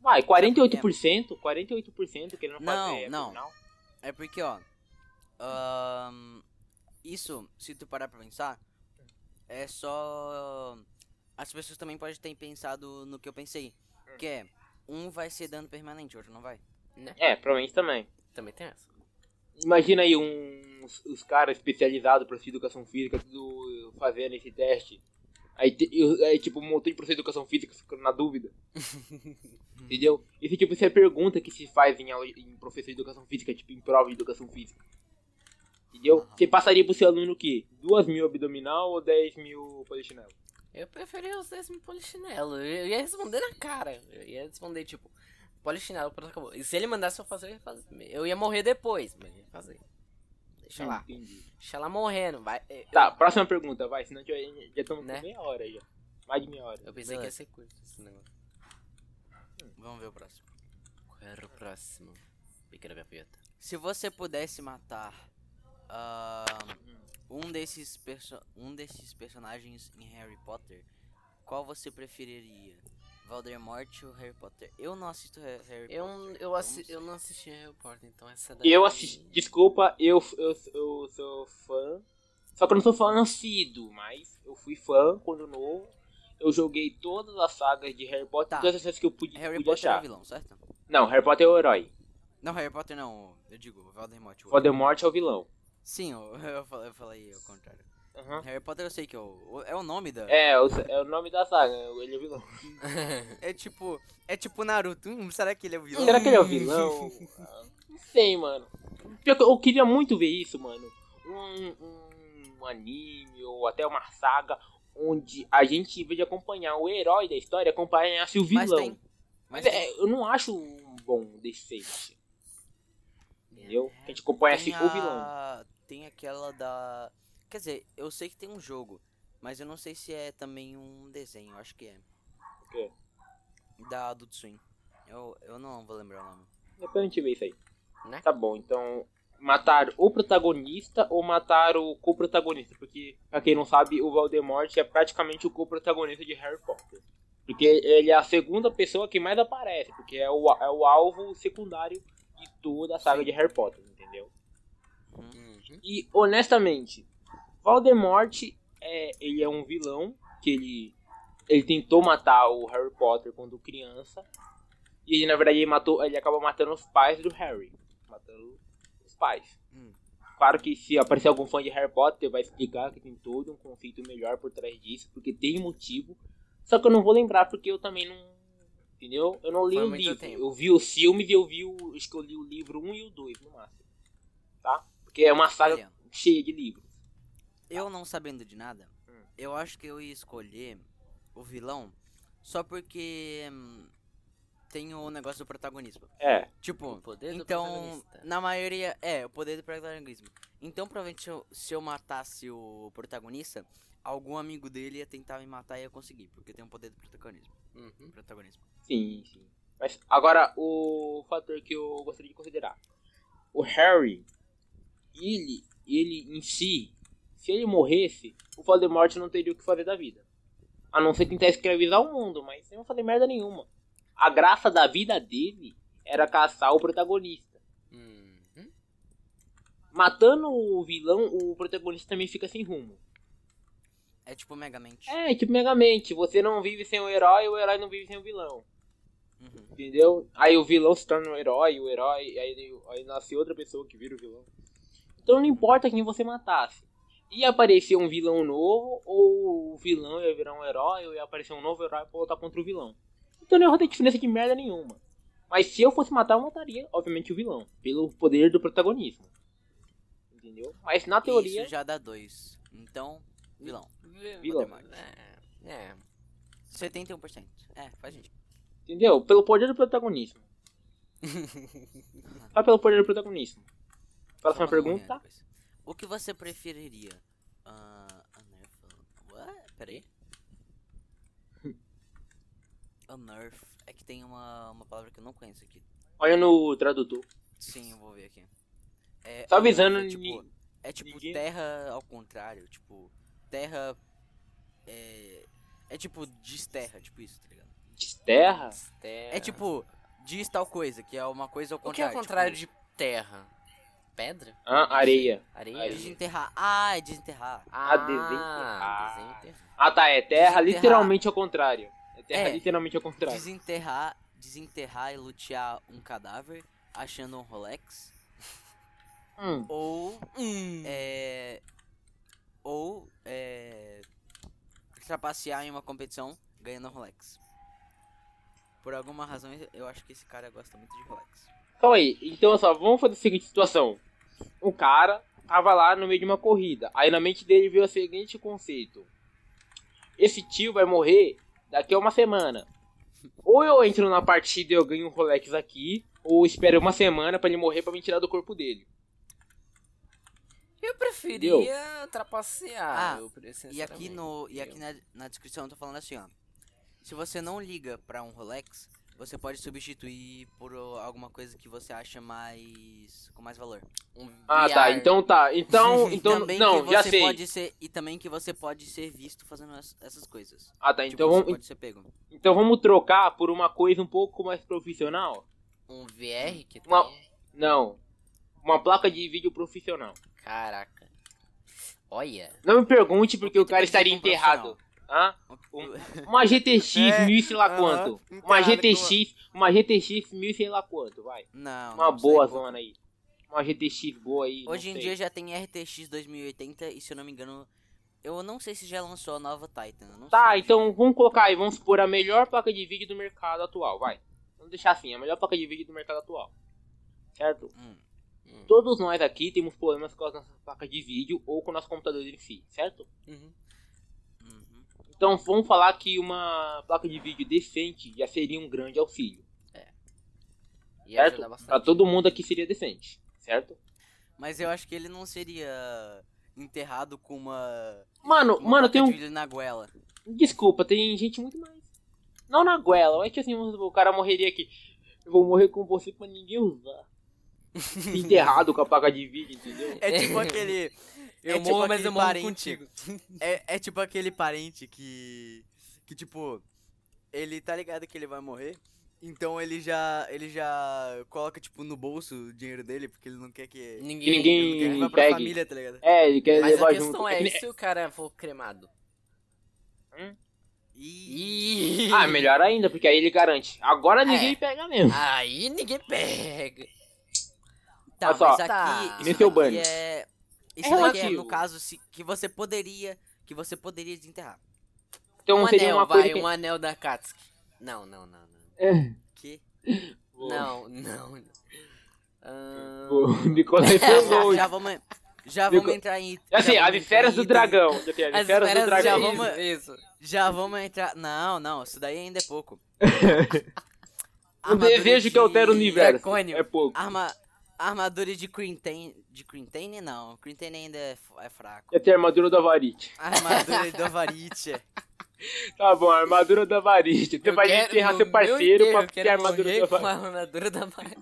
Vai, 48%. 48% querendo
Não,
fazer
não.
abdominal.
É porque, ó. ahn, isso, se tu parar pra pensar, é só. As pessoas também podem ter pensado no que eu pensei. Que é, um vai ser dano permanente, o outro não vai.
É, provavelmente também.
Também tem essa.
Imagina aí uns, os caras especializados para educação física tudo fazendo esse teste. Aí, te- eu- aí, tipo, um montão de professor de educação física ficando na dúvida. Entendeu? Esse tipo, isso é pergunta que se faz em, aula- em professor de educação física, tipo, em prova de educação física. Entendeu?
Ah.
Você passaria pro seu aluno o quê? 2 mil abdominal ou 10 mil polichinelo?
Eu preferia os 10 mil polichinelo. Eu ia responder na cara. Eu ia responder, tipo, Polichinelo, pronto, acabou. E se ele mandasse eu fazer, eu ia fazer. Eu ia morrer depois, mas eu ia fazer. Deixa lá.
Entendi.
Deixa lá morrendo. Vai. eu-
Tá, próxima pergunta, vai. Senão já, já estamos
Né?
com meia hora já. Mais de meia hora.
Eu pensei que ia
Beleza.
ser curto esse negócio.
Vamos ver o próximo.
Qual era o próximo? Piqueira minha punheta.
Se você pudesse matar ahn, um, desses perso- um desses personagens em Harry Potter, qual você preferiria? Voldemort ou Harry Potter? Eu não assisto Har- Harry
Eu,
Potter.
eu, assi-
não
eu não assisti a Repórter, então essa daí.
Eu assisti. Desculpa, eu, eu, eu sou fã. Só que eu não sou fã nascido, mas eu fui fã quando novo. Eu joguei todas as sagas de Harry Potter,
Tá.
todas as vezes que eu pude,
sei. Harry
pude
Potter é o
achar.
vilão, certo?
Não, Harry Potter é o herói.
Não, Harry Potter não. Eu digo, o Voldemort. o outro.
Voldemort é o vilão.
Sim, eu, eu falei, eu falei ao contrário.
Aham.
Harry Potter eu sei que é o, é o nome da...
É, o, é o nome da saga, ele é o vilão.
É tipo, é tipo Naruto. Hum, será que ele é o vilão?
Será que ele é o vilão? Ah, Não sei, mano. Pior que eu queria muito ver isso, mano. Um, um anime ou até uma saga onde a gente, em vez de acompanhar o herói da história, acompanhasse o vilão.
Mas tem. Mas
Mas é, eu não acho um bom decente. Entendeu? Que a gente acompanhasse
tem
o vilão.
a- Tem aquela da. Quer dizer, eu sei que tem um jogo, mas eu não sei se é também um desenho, eu acho que é. O
quê?
Da Adult Swim. Eu, eu não vou lembrar o nome.
Depois a É gente vê isso aí.
Né?
Tá bom, então. Mataram o protagonista ou mataram o co-protagonista? Porque, pra quem não sabe, o Voldemort é praticamente o co-protagonista de Harry Potter. Porque ele é a segunda pessoa que mais aparece, porque é o, é o alvo secundário de toda a saga de Harry Potter, entendeu?
Uhum.
E honestamente, Voldemort é, ele é um vilão que ele ele tentou matar o Harry Potter quando criança. E ele na verdade ele matou, ele acaba matando os pais do Harry, matando os pais.
Hum.
Claro que se aparecer algum fã de Harry Potter vai explicar que tem todo um conceito melhor por trás disso, porque tem motivo. Só que eu não vou lembrar porque eu também não entendeu? Eu não li
Foi
o
muito
livro.
tempo.
Eu vi os filmes e eu vi o acho que eu li o livro 1 e o 2 no máximo. Tá? Porque é uma saga
Olha,
cheia de livros.
eu não sabendo de nada,
Hum.
eu acho que eu ia escolher o vilão só porque hum, tem o negócio do protagonismo.
É.
Tipo,
O poder do
então,
protagonista.
na maioria, é, o poder do protagonismo. Então, provavelmente, se eu, se eu matasse o protagonista, algum amigo dele ia tentar me matar e ia conseguir, porque tem o poder do protagonismo.
Uhum.
protagonismo.
Sim, sim. Mas agora o fator que eu gostaria de considerar. O Harry, ele, ele em si, se ele morresse, o Voldemort não teria o que fazer da vida. A não ser tentar escravizar o mundo, mas sem fazer merda nenhuma. A graça da vida dele era caçar o protagonista.
Uhum.
Matando o vilão, o protagonista também fica sem rumo.
É tipo Megamente.
É, tipo Megamente, você não vive sem o herói, o herói não vive sem o vilão.
Uhum.
Entendeu? Aí o vilão se torna um herói, o herói, aí, ele- aí nasce outra pessoa que vira o vilão. Então não importa quem você matasse. Ia aparecer um vilão novo, ou o vilão ia virar um herói, ou ia aparecer um novo herói pra lutar contra o vilão. Então não ia ter diferença de merda nenhuma. Mas se eu fosse matar, eu mataria, obviamente, o vilão. Pelo poder do protagonismo. Entendeu? Mas na teoria.
Isso já dá dois. Então, vilão.
Vilão.
É, é.
71%. É, faz sentido.
Entendeu? Pelo poder do protagonismo. Só pelo poder do protagonismo. Próxima
Só pra não morrer
pergunta.
depois. O que você preferiria? Ah, Unearth. Ué, peraí. Unearth. É que tem uma, uma palavra que eu não conheço aqui.
Olha no tradutor.
Sim, eu vou ver aqui. É,
Só
é,
Tá avisando,
é
ni-
tipo, é tipo
ninguém-
terra ao contrário, tipo, terra é é tipo desterra, tipo isso, tá ligado?
De
Ah.
terra?
É, tipo diz tal coisa, que é uma coisa ao
O que é
contrário.
o contrário
tipo,
de terra? Pedra?
Ah, areia.
Areia?
Areia.
desenterrar? Ah, é desenterrar.
Ah,
desenterrar.
desenterrar.
Ah tá, é terra
Desenterrar.
literalmente ao contrário. É terra
É.
literalmente ao contrário.
Desenterrar, desenterrar e lutear um cadáver achando um Rolex
Hum,
ou
Hum.
é ou é trapacear em uma competição ganhando Rolex. Por alguma razão eu acho que esse cara gosta muito de Rolex.
Calma aí, então só vamos fazer a seguinte situação. Um cara tava lá no meio de uma corrida. Aí na mente dele veio o seguinte conceito. Esse tio vai morrer daqui a uma semana. Ou eu entro na partida e eu ganho um Rolex aqui, ou espero uma semana pra ele morrer pra me tirar do corpo dele.
Eu preferia trapacear.
Ah,
eu pre-
E aqui,
sinceramente.
no, e aqui na, na descrição eu tô falando assim, ó. Se você não liga pra um Rolex, você pode substituir por ó, alguma coisa que você acha mais. com mais valor.
Um
Ah, tá.
VR.
Então tá. Então,
E
então
também
não,
que
já
você
sei.
Pode ser, e também que você pode ser visto fazendo es- essas coisas.
Ah, tá.
Tipo,
Então,
você
vamos,
pode ser pego.
então vamos trocar por uma coisa um pouco mais profissional?
Um VR que tem.
Uma- Não. Uma placa de vídeo profissional.
Caraca. Olha.
Não me pergunte porque o cara
Tem que ser
estaria
com um
enterrado. Hã?
profissional.
Uma GTX
É,
mil e sei lá
aham,
quanto. Uma
enterrado com
GTX, uma GTX mil e sei lá quanto, vai.
Não.
Uma
não,
boa
sai pouco.
zona aí. Uma GTX boa aí.
Hoje em
não sei.
dia já tem RTX 2080 e se eu não me engano, eu não sei se já lançou a nova Titan. eu não
Tá,
sei.
então vamos colocar aí, vamos supor a melhor placa de vídeo do mercado atual, vai. Vamos deixar assim, a melhor placa de vídeo do mercado atual. Certo?
Hum.
Hum.
Todos nós aqui temos problemas com as nossas placas de vídeo ou com o nosso computador em si, certo?
Uhum.
Então vamos falar que uma placa de vídeo decente já seria um grande auxílio,
Ia
certo? Tá
ajudar
Pra
bastante.
todo mundo aqui seria decente, certo?
Mas eu acho que ele não seria enterrado com uma.
Mano,
uma placa
mano, tem
de
um.
vidro na goela.
Desculpa, tem gente muito mais. Não na goela, é que assim, vamos supor, o cara morreria aqui. Eu vou morrer com você pra ninguém usar. Enterrado com a placa de vídeo, entendeu?
É tipo aquele.
Eu
é tipo
morro, mas
aquele
eu morro
parente-
contigo.
É, é tipo aquele parente que. Que tipo. Ele tá ligado que ele vai morrer. Então ele já. Ele já coloca, tipo, no bolso o dinheiro dele, porque ele não quer que.
Que
Ninguém.
Ele
ninguém
vai pra
pegue.
família, tá ligado?
É, ele quer
Mas a
levar
questão
junto.
é,
que
e
nem-
se o cara for cremado?
E.
Ih.
Ah, melhor ainda, porque aí ele garante. Agora ninguém
É.
pega mesmo.
Aí ninguém pega.
Então
Tá,
Olha só.
mas aqui.
Tá.
Isso
Nesse é o
daqui
banho.
é. Isso daqui é,
relativo.
no caso, se- que você poderia. Que você poderia desenterrar.
Então
um
seria
anel,
uma
vai,
coisa que...
um anel da Katsuki. Não, não, não, não.
É.
Que.
Vou-
Não, não. não. Ahn,
vou- Nicolai foi
Já,
longe.
já vamos. Já vamos
Ficou-
entrar em.
Já sei,
já
É Assim, as
vamos entrar
esferas
em
do
item-
dragão. Já sei, as
As
esferas do
esferas já
dragão.
vamos-
vamos... Isso.
Já vamos entrar. Não, não, isso daí ainda é pouco.
O desejo que altera o
de-
universo.
dracônio.
É pouco.
Arma... Armadura de Quintane. De Quintane não. Quintane ainda é, f- é fraco.
Já tem a armadura da Varite.
Armadura do Avarit.
Tá bom, a armadura da Varite. Você
Eu
vai
quero-
enterrar
no
seu
meu
parceiro
enterro,
pra
eu
ter a
quero morrer
armadura da
com a
Varite.
armadura da Maria.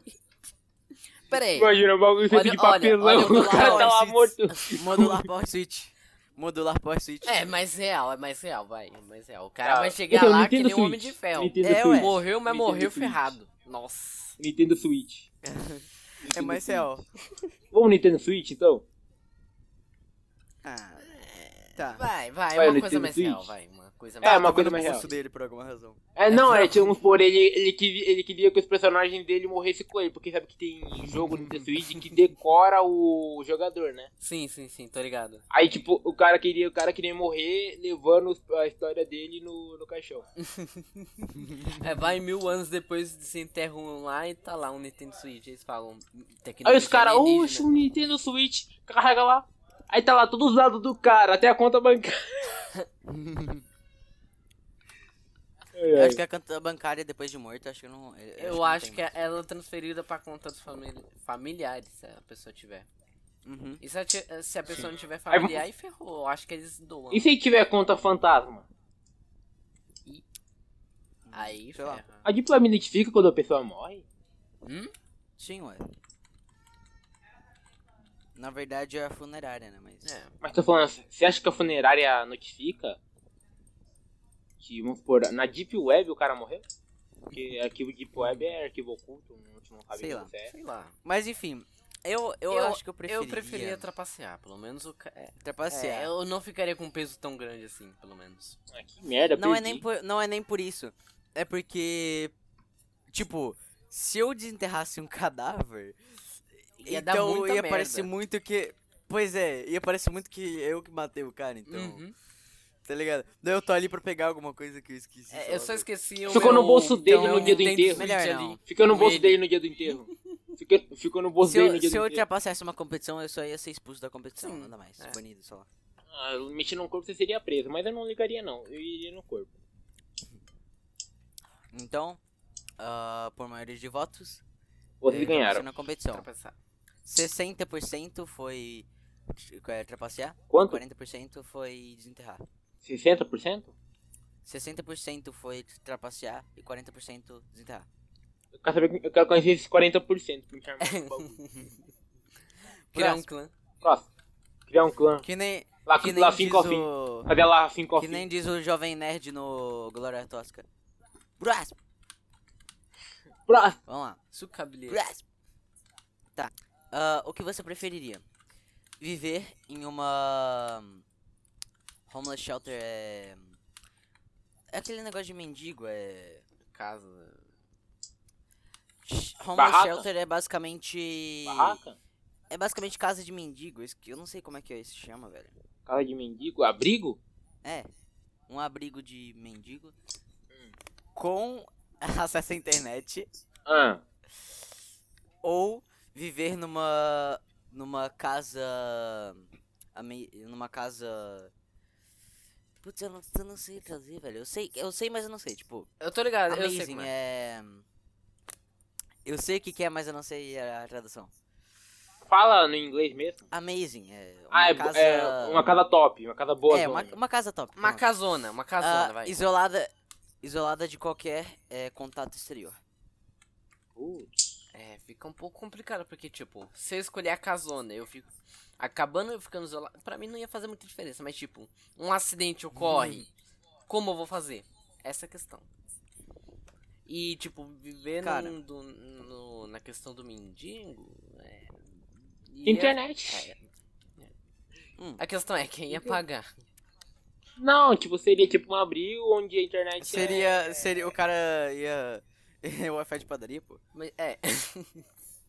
Pera aí.
Imagina, o bagulho feito
Olha-
de
olha-
papelão,
olha o
o cara tá lá
Lawrence.
morto.
Modular Power Switch. Modular Power Switch.
É, mais real, é mais real, vai. É mais real. O cara
Ah,
vai chegar
então,
lá que
Nintendo
nem um homem de
Switch.
ferro.
Nintendo
É,
Switch.
ué.
Morreu, mas
Nintendo
morreu
Switch.
ferrado. Nossa.
Nintendo Switch.
É mais real.
Vamos Nintendo Switch, então?
Ah, tá.
Vai, vai,
Vai,
uma coisa
Nintendo
mais
Switch.
real, vai. Uma coisa
É,
mais
uma
Tava
coisa
no
mais real.
pulso dele por alguma razão.
É, não, é, tipo, vamos supor, ele, ele, queria, ele queria que os personagens dele morressem com ele, porque sabe que tem jogo no Nintendo Switch que decora o jogador, né?
Sim, sim, sim, tô ligado.
Aí, tipo, o cara queria, o cara queria morrer levando os- a história dele no, no caixão.
É, vai mil anos depois se enterram lá e tá lá um Nintendo Switch. Eles falam.
Aí os caras, oxe,
oxe.
um Nintendo Switch, carrega lá. Aí tá lá todos os dados do cara, até a conta bancária. Ai,
Eu
ai.
acho que é a conta bancária depois de morto, acho que não.
Eu acho que ela é transferida pra conta dos famili- familiares, se a pessoa tiver.
não tem. Uhum.
E se a, ti- se a pessoa não tiver
Aí vamos-
familiar, aí ferrou. Eu acho que eles doam.
E se tiver conta fantasma?
Aí,
Sei lá.
ferra.
A Diplomi identifica quando a pessoa morre?
Hum?
Sim, ué. Na verdade é a funerária, né? Mas.
É.
Mas tô falando, você acha que a funerária notifica? Que, vamos supor, na Deep Web o cara morreu? Porque arquivo Deep Web é arquivo oculto, não, não sabe
Sei
o
lá.
que é.
Sei lá.
Mas enfim, eu, eu,
Eu-
acho que eu preferiria.
Eu preferia trapacear, pelo menos o ca- é,
trapacear.
é, eu não ficaria com um peso tão grande assim, pelo menos.
Ah, que merda,
não, é
perdi.
nem por, não é nem por isso. É porque. Tipo, se eu desenterrasse um cadáver.
Ia
então
dar muita
ia
merda.
parecer muito que. Pois é, ia parecer muito que eu que matei o cara, então.
Uhum.
Tá ligado? Daí eu tô ali pra pegar alguma coisa que eu esqueci.
É,
sei
eu
lá,
só
velho.
esqueci o
Ficou no
meu-
bolso dele
então,
no dia do
Nintendo
enterro.
Switch
Melhor
ali.
não.
Ficou no
com
bolso
ele.
dele no dia do enterro. Ficou, ficou no bolso
Se
dele no
eu,
dia
se
do
eu
enterro.
ultrapassasse uma competição, eu só ia ser expulso da competição,
Sim,
nada mais.
é.
Banido, só.
Ah, mexendo no corpo você seria preso, mas eu não ligaria não. Eu iria no corpo.
Então, ah, por maioria de votos,
Vocês
eh,
ganharam.
na competição.
Ultrapassar.
60% foi eh, trapacear,
Quanto?
40% foi desenterrar.
60%?
60% foi trapacear e 40% desenterrar.
Eu quero saber, eu quero conhecer esses 40% pra me chamar de bagulho.
Criar um clã.
Próximo. Criar um clã.
Que nem,
Lá,
que nem
lá
diz
cinco ao fim.
o...
Cadê lá cinco ao
Que nem
fim?
diz o jovem nerd no Glória Tosca. Brás!
Próximo.
Vamos lá.
Suco cabeleireiro.
Brás! Tá. Ah, o que você preferiria? Viver em uma... hum, Homeless shelter é... É aquele negócio de mendigo, é...
Casa.
Sh- Homeless
Barraca?
shelter é basicamente...
Barraca?
É basicamente casa de mendigo. isso que- Eu não sei como é que se chama, velho.
Casa de mendigo? Abrigo?
É. Um abrigo de mendigo. Com acesso à internet.
Ah.
Ou viver numa. numa casa. a mei- numa casa. Putz, eu não, eu não sei trazer, velho. Eu sei, eu sei, mas eu não sei. Tipo,
Eu tô ligado, eu sei
amazing
como é.
é. Eu sei o que, que é, mas eu não sei a tradução.
Fala no inglês mesmo?
Amazing é. Uma
ah, é,
casa.
é uma casa top, uma casa boa.
É,
zona.
uma, uma casa top.
Uma
pronto.
casona, uma
Ah,
casona, vai.
Isolada, isolada de qualquer eh, contato exterior.
Uh,
É, fica um pouco complicado, porque, tipo, se eu escolher a casona, eu fico. Acabando eu ficando isolado. Pra mim não ia fazer muita diferença, mas, tipo, um acidente ocorre.
Uhum.
Como eu vou fazer? Essa é a questão. E, tipo, viver
Cara.
num- do- no- na questão do mendigo. É, ia-
Internet.
é.
Hum.
A questão é quem ia pagar.
Não, tipo, seria tipo um abrigo onde a internet é...
Seria, seria, o cara ia, o Wi-Fi de padaria, pô.
Mas, é,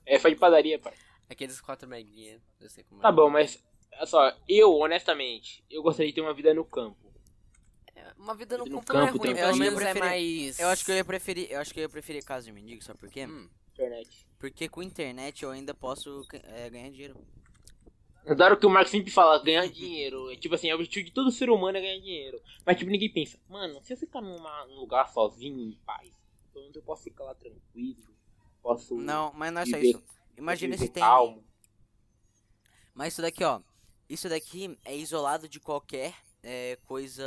É, faz de padaria, pai.
aqueles quatro meguinhas, eu sei como
Tá
é.
bom, mas... Olha só, eu, honestamente, eu gostaria de ter uma vida no campo.
Uma vida no,
No
campo não é
campo
ruim,
tem
pelo
um-
menos é
Eu
mais.
Eu acho que eu ia preferir, eu acho que eu ia preferir casa de mendigo, sabe por quê?
Hum.
Internet.
Porque com internet eu ainda posso eh, ganhar dinheiro.
Adoro É que o Marcos sempre fala, ganhar dinheiro. É, tipo assim, é o objetivo de todo ser humano é ganhar dinheiro. Mas tipo, ninguém pensa, mano, se eu ficar numa- num lugar sozinho, em paz, pelo menos eu posso ficar lá tranquilo. Posso...
Não, mas não é só
viver-
isso. Imagina
viver
se tem,
Calmo.
mas isso daqui, ó. Isso daqui é isolado de qualquer eh, coisa,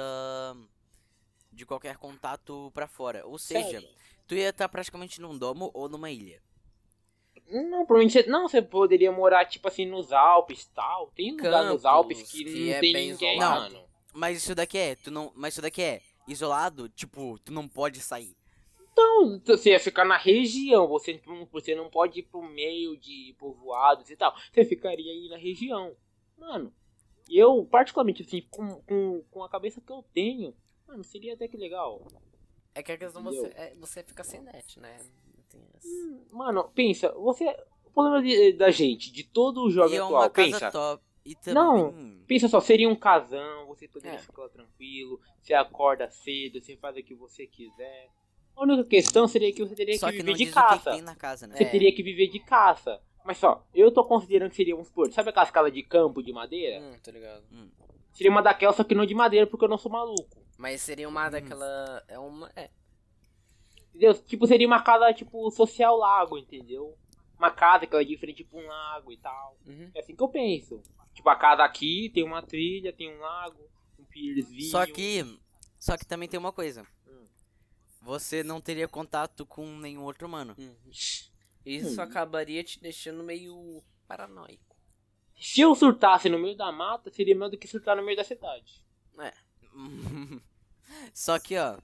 de qualquer contato pra fora. Ou seja,
Sério?
tu ia estar praticamente num domo ou numa ilha.
Não, provavelmente você, não, você poderia morar, tipo assim, nos Alpes e tal. Tem lugar nos
Campos,
Alpes que,
que
não
é
tem
bem
ninguém,
isolado.
mano.
Mas isso daqui é, tu não, mas isso daqui é isolado, tipo, tu não pode sair.
Então, você ia ficar na região, você, não- você não pode ir pro meio de povoados e tal. Você ficaria aí na região. Mano, eu, particularmente, assim, com, com, com a cabeça que eu tenho, mano, seria até que legal.
É que a questão você,
Entendeu?
é, você fica sem net, né? Não tem essa.
Hum, Mano, pensa, você. O problema de- da gente, de todo
e
jovem
é uma
atual,
casa
pensa.
top. E também.
Não. Pensa só, seria um casão, você poderia
É.
ficar tranquilo, você acorda cedo, você faz o que você quiser. A única questão seria que você teria
Só
que
que
viver
não
de
diz o que que,
caça.
tem na casa, né?
Você
É.
teria que viver de caça. Mas só, eu tô considerando que seria, vamos supor, sabe aquelas casas de campo de madeira?
Hum, tô ligado.
Hum.
Seria uma daquelas, só que não de madeira, porque eu não sou maluco.
Mas seria
Uhum.
uma daquela. É uma. É.
Entendeu? Tipo, seria uma casa, tipo, social lago, entendeu? Uma casa que ela é de frente pra um lago e tal.
Uhum.
É assim que eu penso. Tipo, a casa aqui tem uma trilha, tem um lago, um pierzinho.
Só que.
um
Só que também tem uma coisa.
Hum.
Você não teria contato com nenhum outro humano.
uhum. Isso
Uhum.
Hum.
acabaria te deixando meio paranoico.
Se eu surtasse no meio da mata, seria melhor do que surtar no meio da cidade.
Só que, ó.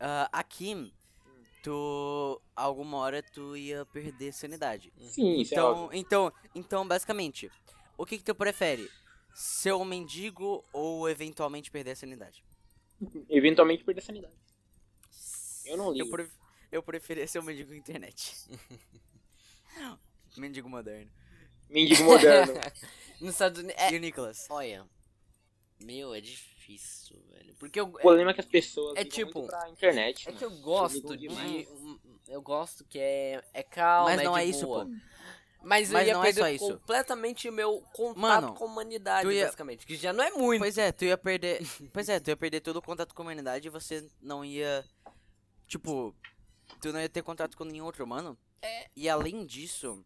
ah, aqui, tu. Alguma hora tu ia perder a sanidade.
Sim, isso é
Então,
óbvio.
então, então, basicamente, o que, que tu prefere? Ser um mendigo ou eventualmente perder a sanidade?
Eventualmente perder a sanidade. Eu não ligo.
Eu, pref... eu preferia ser um mendigo internet. mendigo moderno.
Mendigo moderno.
Nos Estados Unidos. É.
E o Nicholas?
Olha. Meu, é difícil, velho. Porque eu.
o problema é que as pessoas
É
ligam
tipo-
muito pra internet. né?
É, é que eu
mano.
gosto
Ligam
de. hum,
demais.
Eu gosto que é. É calma,
Mas não
de
é isso,
boa.
pô.
Mas eu
Mas
ia
não é
perder
só isso.
completamente o meu contato
Mano,
com a humanidade,
tu ia-
basicamente. Que já não é muito.
Pois é, tu ia perder. Pois é, tu ia perder todo o contato com a humanidade e você não ia. Tipo, tu não ia ter contato com nenhum outro humano. E além disso.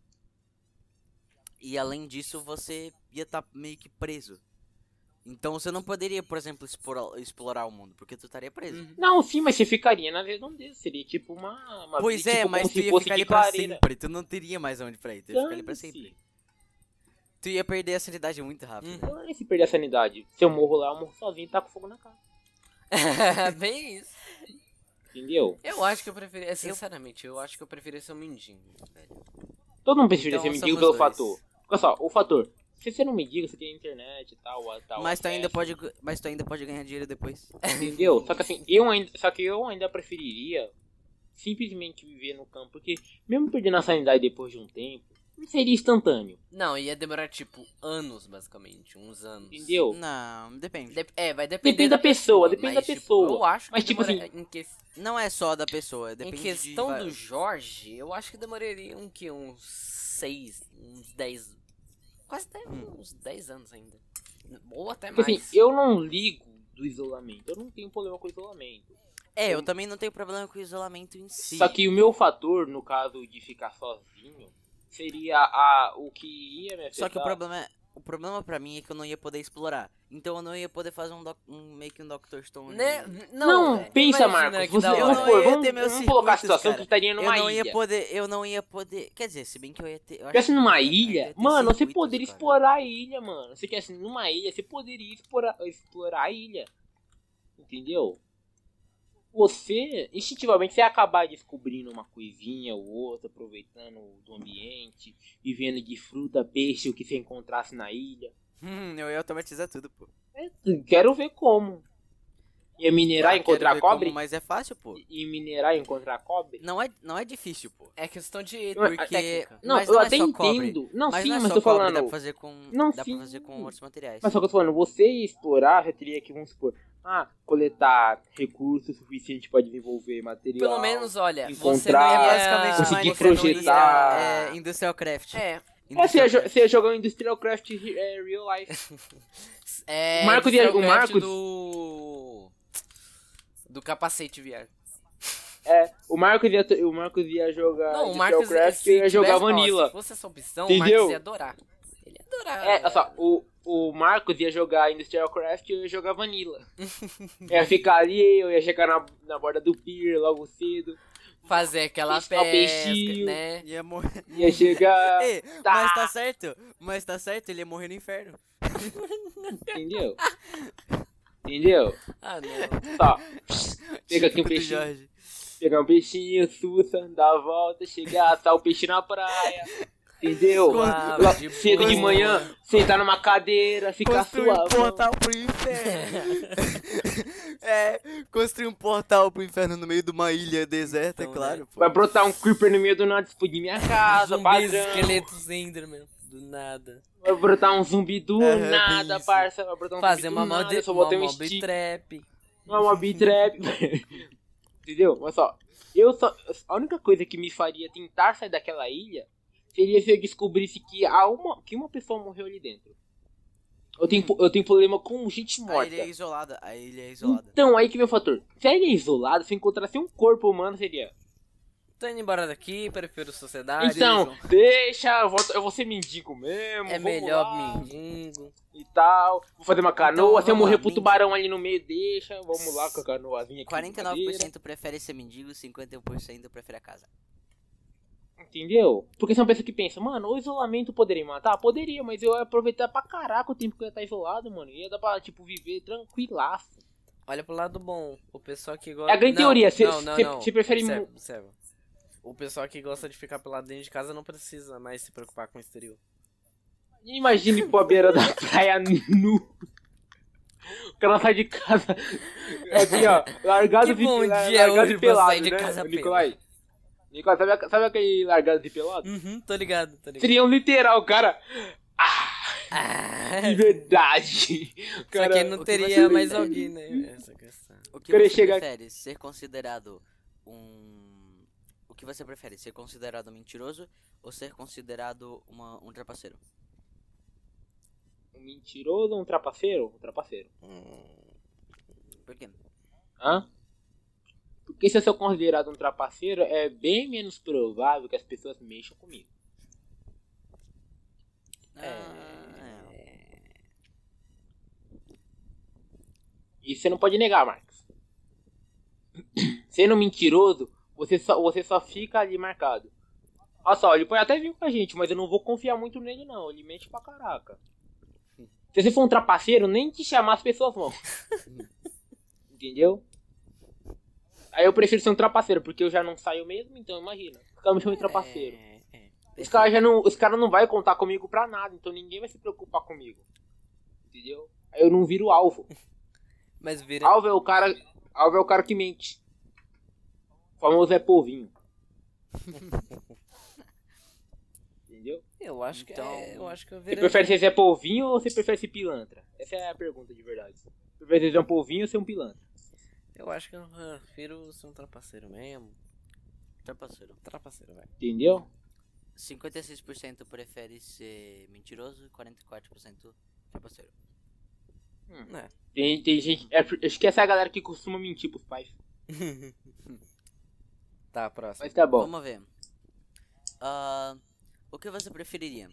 E além disso, você ia estar meio que preso. Então você não poderia, por exemplo, explorar, explorar o mundo, porque tu estaria preso.
Não, sim, mas você ficaria na redondeza. Seria tipo uma. uma
Pois
tipo,
é,
como
mas tu
se
ia
fosse
ficar
de
ali pra
clareira.
sempre. Tu não teria mais onde pra ir. Tu ia ficar ali pra
Dane-se.
sempre. Tu ia perder a sanidade muito rápido.
Dane-se se perder a sanidade. Se eu morro lá, eu morro sozinho e tá com fogo na cara.
É Bem isso.
Entendeu?
Eu acho que eu preferia. Sinceramente, eu acho que eu preferia ser um mendigo, velho.
Todo mundo precisa
Então,
ser mendigo
somos
pelo
dois.
fator. Olha só, o fator. Se você não mendiga, você tem a internet e tal, a- tal.
Mas tá tu ainda
acesso,
pode, mas tu ainda pode ganhar dinheiro depois. É,
Entendeu? Só que assim, eu ainda. Só que eu ainda preferiria simplesmente viver no campo. Porque mesmo perdendo a sanidade depois de um tempo, não seria instantâneo.
Não, ia demorar tipo anos, basicamente. Uns anos.
Entendeu?
Não, depende.
Dep- é, vai depender.
Depende da pessoa, depende
mas,
da
tipo,
pessoa.
eu acho que
Mas, tipo
demora- em, que-
Não é só da pessoa,
em
depende
questão
de...
do Jorge, eu acho que demoraria um que uns 6, uns 10, quase até uns 10 anos ainda. Ou até
Porque
mais.
Hum. assim, eu não ligo do isolamento. Eu não tenho problema com o isolamento.
É, eu também não tenho problema com o isolamento em si.
Só que o meu fator, no caso de ficar sozinho, seria a, o que ia me afetar.
Só que o problema é... O problema pra mim é que eu não ia poder explorar. Então eu não ia poder fazer um, doc- um meio que um Dr. Stone.
Né?
Não,
velho.
pensa,
Imagina
Marcos.
que da
Você, é um
eu
hora.
vamos,
não
supor,
ia
vamos-
ter meus
vamos colocar a
circuitos,
situação
cara.
que estaria
Eu
numa
não
ilha.
ia poder, eu não ia poder. Quer dizer, se bem que eu ia ter. Eu acho
Tivesse
que
assim, numa
eu ia- eu
ilha,
ia né? ter
mano, você
circuitos,
poderia
cara.
explorar a ilha, mano. Você quer assim, numa ilha, você poderia explorar, explorar a ilha. Entendeu? Você, instintivamente, você ia acabar descobrindo uma coisinha ou outra, aproveitando do ambiente, vivendo de fruta, peixe, o que você encontrasse na ilha.
Hum, eu ia automatizar tudo, pô.
É, Quero ver como. Ia minerar
Ah,
e
quero
encontrar
ver como,
cobre?
mas é fácil, pô.
E minerar e encontrar cobre?
Não é, não é difícil, pô.
É questão de
Eu-
Porque-
técnica.
Não,
mas
eu
não é
até
só
entendo.
cobre.
Não,
mas
sim,
não é
mas
só
tô
cobre,
falando.
dá pra fazer com.
Não,
dá
sim.
pra fazer com outros materiais.
Mas só que eu tô falando, você explorar, eu teria que, vamos supor, ah, coletar recursos suficientes pra desenvolver material.
Pelo menos, olha, você não
Encontrar,
é
ia
basicamente
conseguir
você não ia-
projetar.
é, Industrial Craft.
É,
É, você ia, jo-
Craft.
você ia jogar um Industrial Craft re- é, Real Life.
é.
O Marcos ia- o
Industrial Craft
Marcos-
do. Do capacete VR.
É, o Marcos ia, t- o Marcos ia jogar
Não,
Industrial
o Marcos
Craft
se
e ia
tivesse-
jogar
ó,
Vanilla.
Se fosse essa opção, o
Entendeu?
Marcos ia adorar. Ele ia adorar.
É, olha só, o, o Marcos ia jogar Industrial Craft e eu ia jogar Vanilla. ia ficar ali, eu ia chegar na, na borda do pier logo cedo.
Fazer aquela
Pescar o
pesca,
peixinho.
né?
Ia morrer.
Ia chegar.
Ei,
tá.
Mas tá certo. Mas tá certo, ele ia morrer no inferno.
Entendeu? Entendeu?
Ah, não.
Tá. Pega aqui
Tipo
Típico
um
do
peixinho.
Jorge.
Pegar um peixinho, sussa, dar a volta, chegar, assar o peixe na praia. Entendeu?
Suave,
Lá,
de
cedo de
boa.
manhã, sentar numa cadeira, ficar
Construir um
suave.
portal pro inferno. é, construir um portal pro inferno no meio de uma ilha deserta,
Então,
é claro. pô.
Vai brotar um creeper no meio do nada, explodir minha casa,
Zumbis,
padrão.
esqueletos Enderman. Do nada.
Vai brotar um zumbi do
É, é bem
nada,
isso.
parça. Vai brotar um
Fazer
zumbi do
uma
nada,
mob,
só
uma
botei um
mob
stick,
trap.
é
uma mob trap. Entendeu? Mas só, eu só. A única coisa que me faria tentar sair daquela ilha seria se eu descobrisse que, há uma, que uma pessoa morreu ali dentro. Eu tenho, eu tenho problema com gente
A
morta.
ilha Hum. é isolada. A ilha é isolada.
Então, aí que vem o fator. Se ele é isolado, se encontrasse um corpo humano, seria.
Tô indo embora daqui, prefiro
é
sociedade.
então,
eles
deixa, eu, volto, eu vou ser mendigo mesmo.
vão- É
vamos
melhor
lá,
mendigo.
E tal. Vou fazer uma canoa.
Então,
se eu
vamos
morrer
lá,
pro
mendigo.
tubarão ali no meio, deixa. Vamos lá com a canoazinha aqui. de madeira,
49% prefere ser mendigo, 51% prefere a casa.
Entendeu? Porque são pessoas que pensam, mano, o isolamento poderia me matar? Poderia, mas eu ia aproveitar pra caraca o tempo que eu ia estar isolado, mano. Ia dar pra, tipo, viver tranquilaço.
Olha pro lado bom. O pessoal que
É
gosta.
a grande
Não,
teoria, cê-
não, não,
cê-
não. é
cê prefere
Observa,
mu-
observa. O pessoal que gosta de ficar pelado dentro de casa não precisa mais se preocupar com o exterior.
Imagine ir pra beira da praia nu. O cara sai de casa. Aqui, ó. Largado
Que
de
bom
la-
dia
largado
hoje
e
pra
pelado,
sair de
né,
casa
Nicolai? Nicolai, sabe, a- sabe aquele largado de pelado?
Uhum, tô ligado, tô ligado.
Seria um literal, cara.
Ah, é
Liberdade.
só
Cara,
que não
o que
teria
você
mais
prefere?
alguém,
Uhum.
né?
É
Essa questão.
O que
Querer
você
chegar-
prefere? Ser considerado um. O que você prefere? Ser considerado mentiroso ou ser considerado uma, um trapaceiro?
Um mentiroso ou um trapaceiro? Um trapaceiro.
Por quê?
Hã? Porque se eu sou considerado um trapaceiro, é bem menos provável que as pessoas mexam comigo.
É, Ah,
Isso você não pode negar, Marcos. Sendo mentiroso, você só, você só fica ali marcado. Olha só, ele pode até vir com a gente, mas eu não vou confiar muito nele, não. Ele mente pra caraca. Se você for um trapaceiro, nem te chamar as pessoas vão. Entendeu? Aí eu prefiro ser um trapaceiro, porque eu já não saio mesmo, então imagina. Os caras me chamam de trapaceiro.
é, é.
Os caras já não, os cara não vai contar comigo pra nada, então ninguém vai se preocupar comigo. Entendeu? Aí eu não viro alvo.
Mas vira.
Alvo é o cara. Alvo é o cara que mente. O famoso é polvinho. Entendeu?
Eu acho que
Então-
é, eu acho que eu
Você
virei.
prefere ser Zé Polvinho ou você prefere ser pilantra? Essa é a pergunta de verdade. Você prefere ser um polvinho ou ser um pilantra?
Eu acho que eu prefiro ser um trapaceiro mesmo.
Trapaceiro.
Trapaceiro, velho.
Entendeu?
56% prefere ser mentiroso e 44% trapaceiro.
Tem, tem gente. é, acho que essa é a galera que costuma mentir pros pais.
Tá, próximo.
Mas tá bom.
Vamos ver. Ah, o que você preferiria?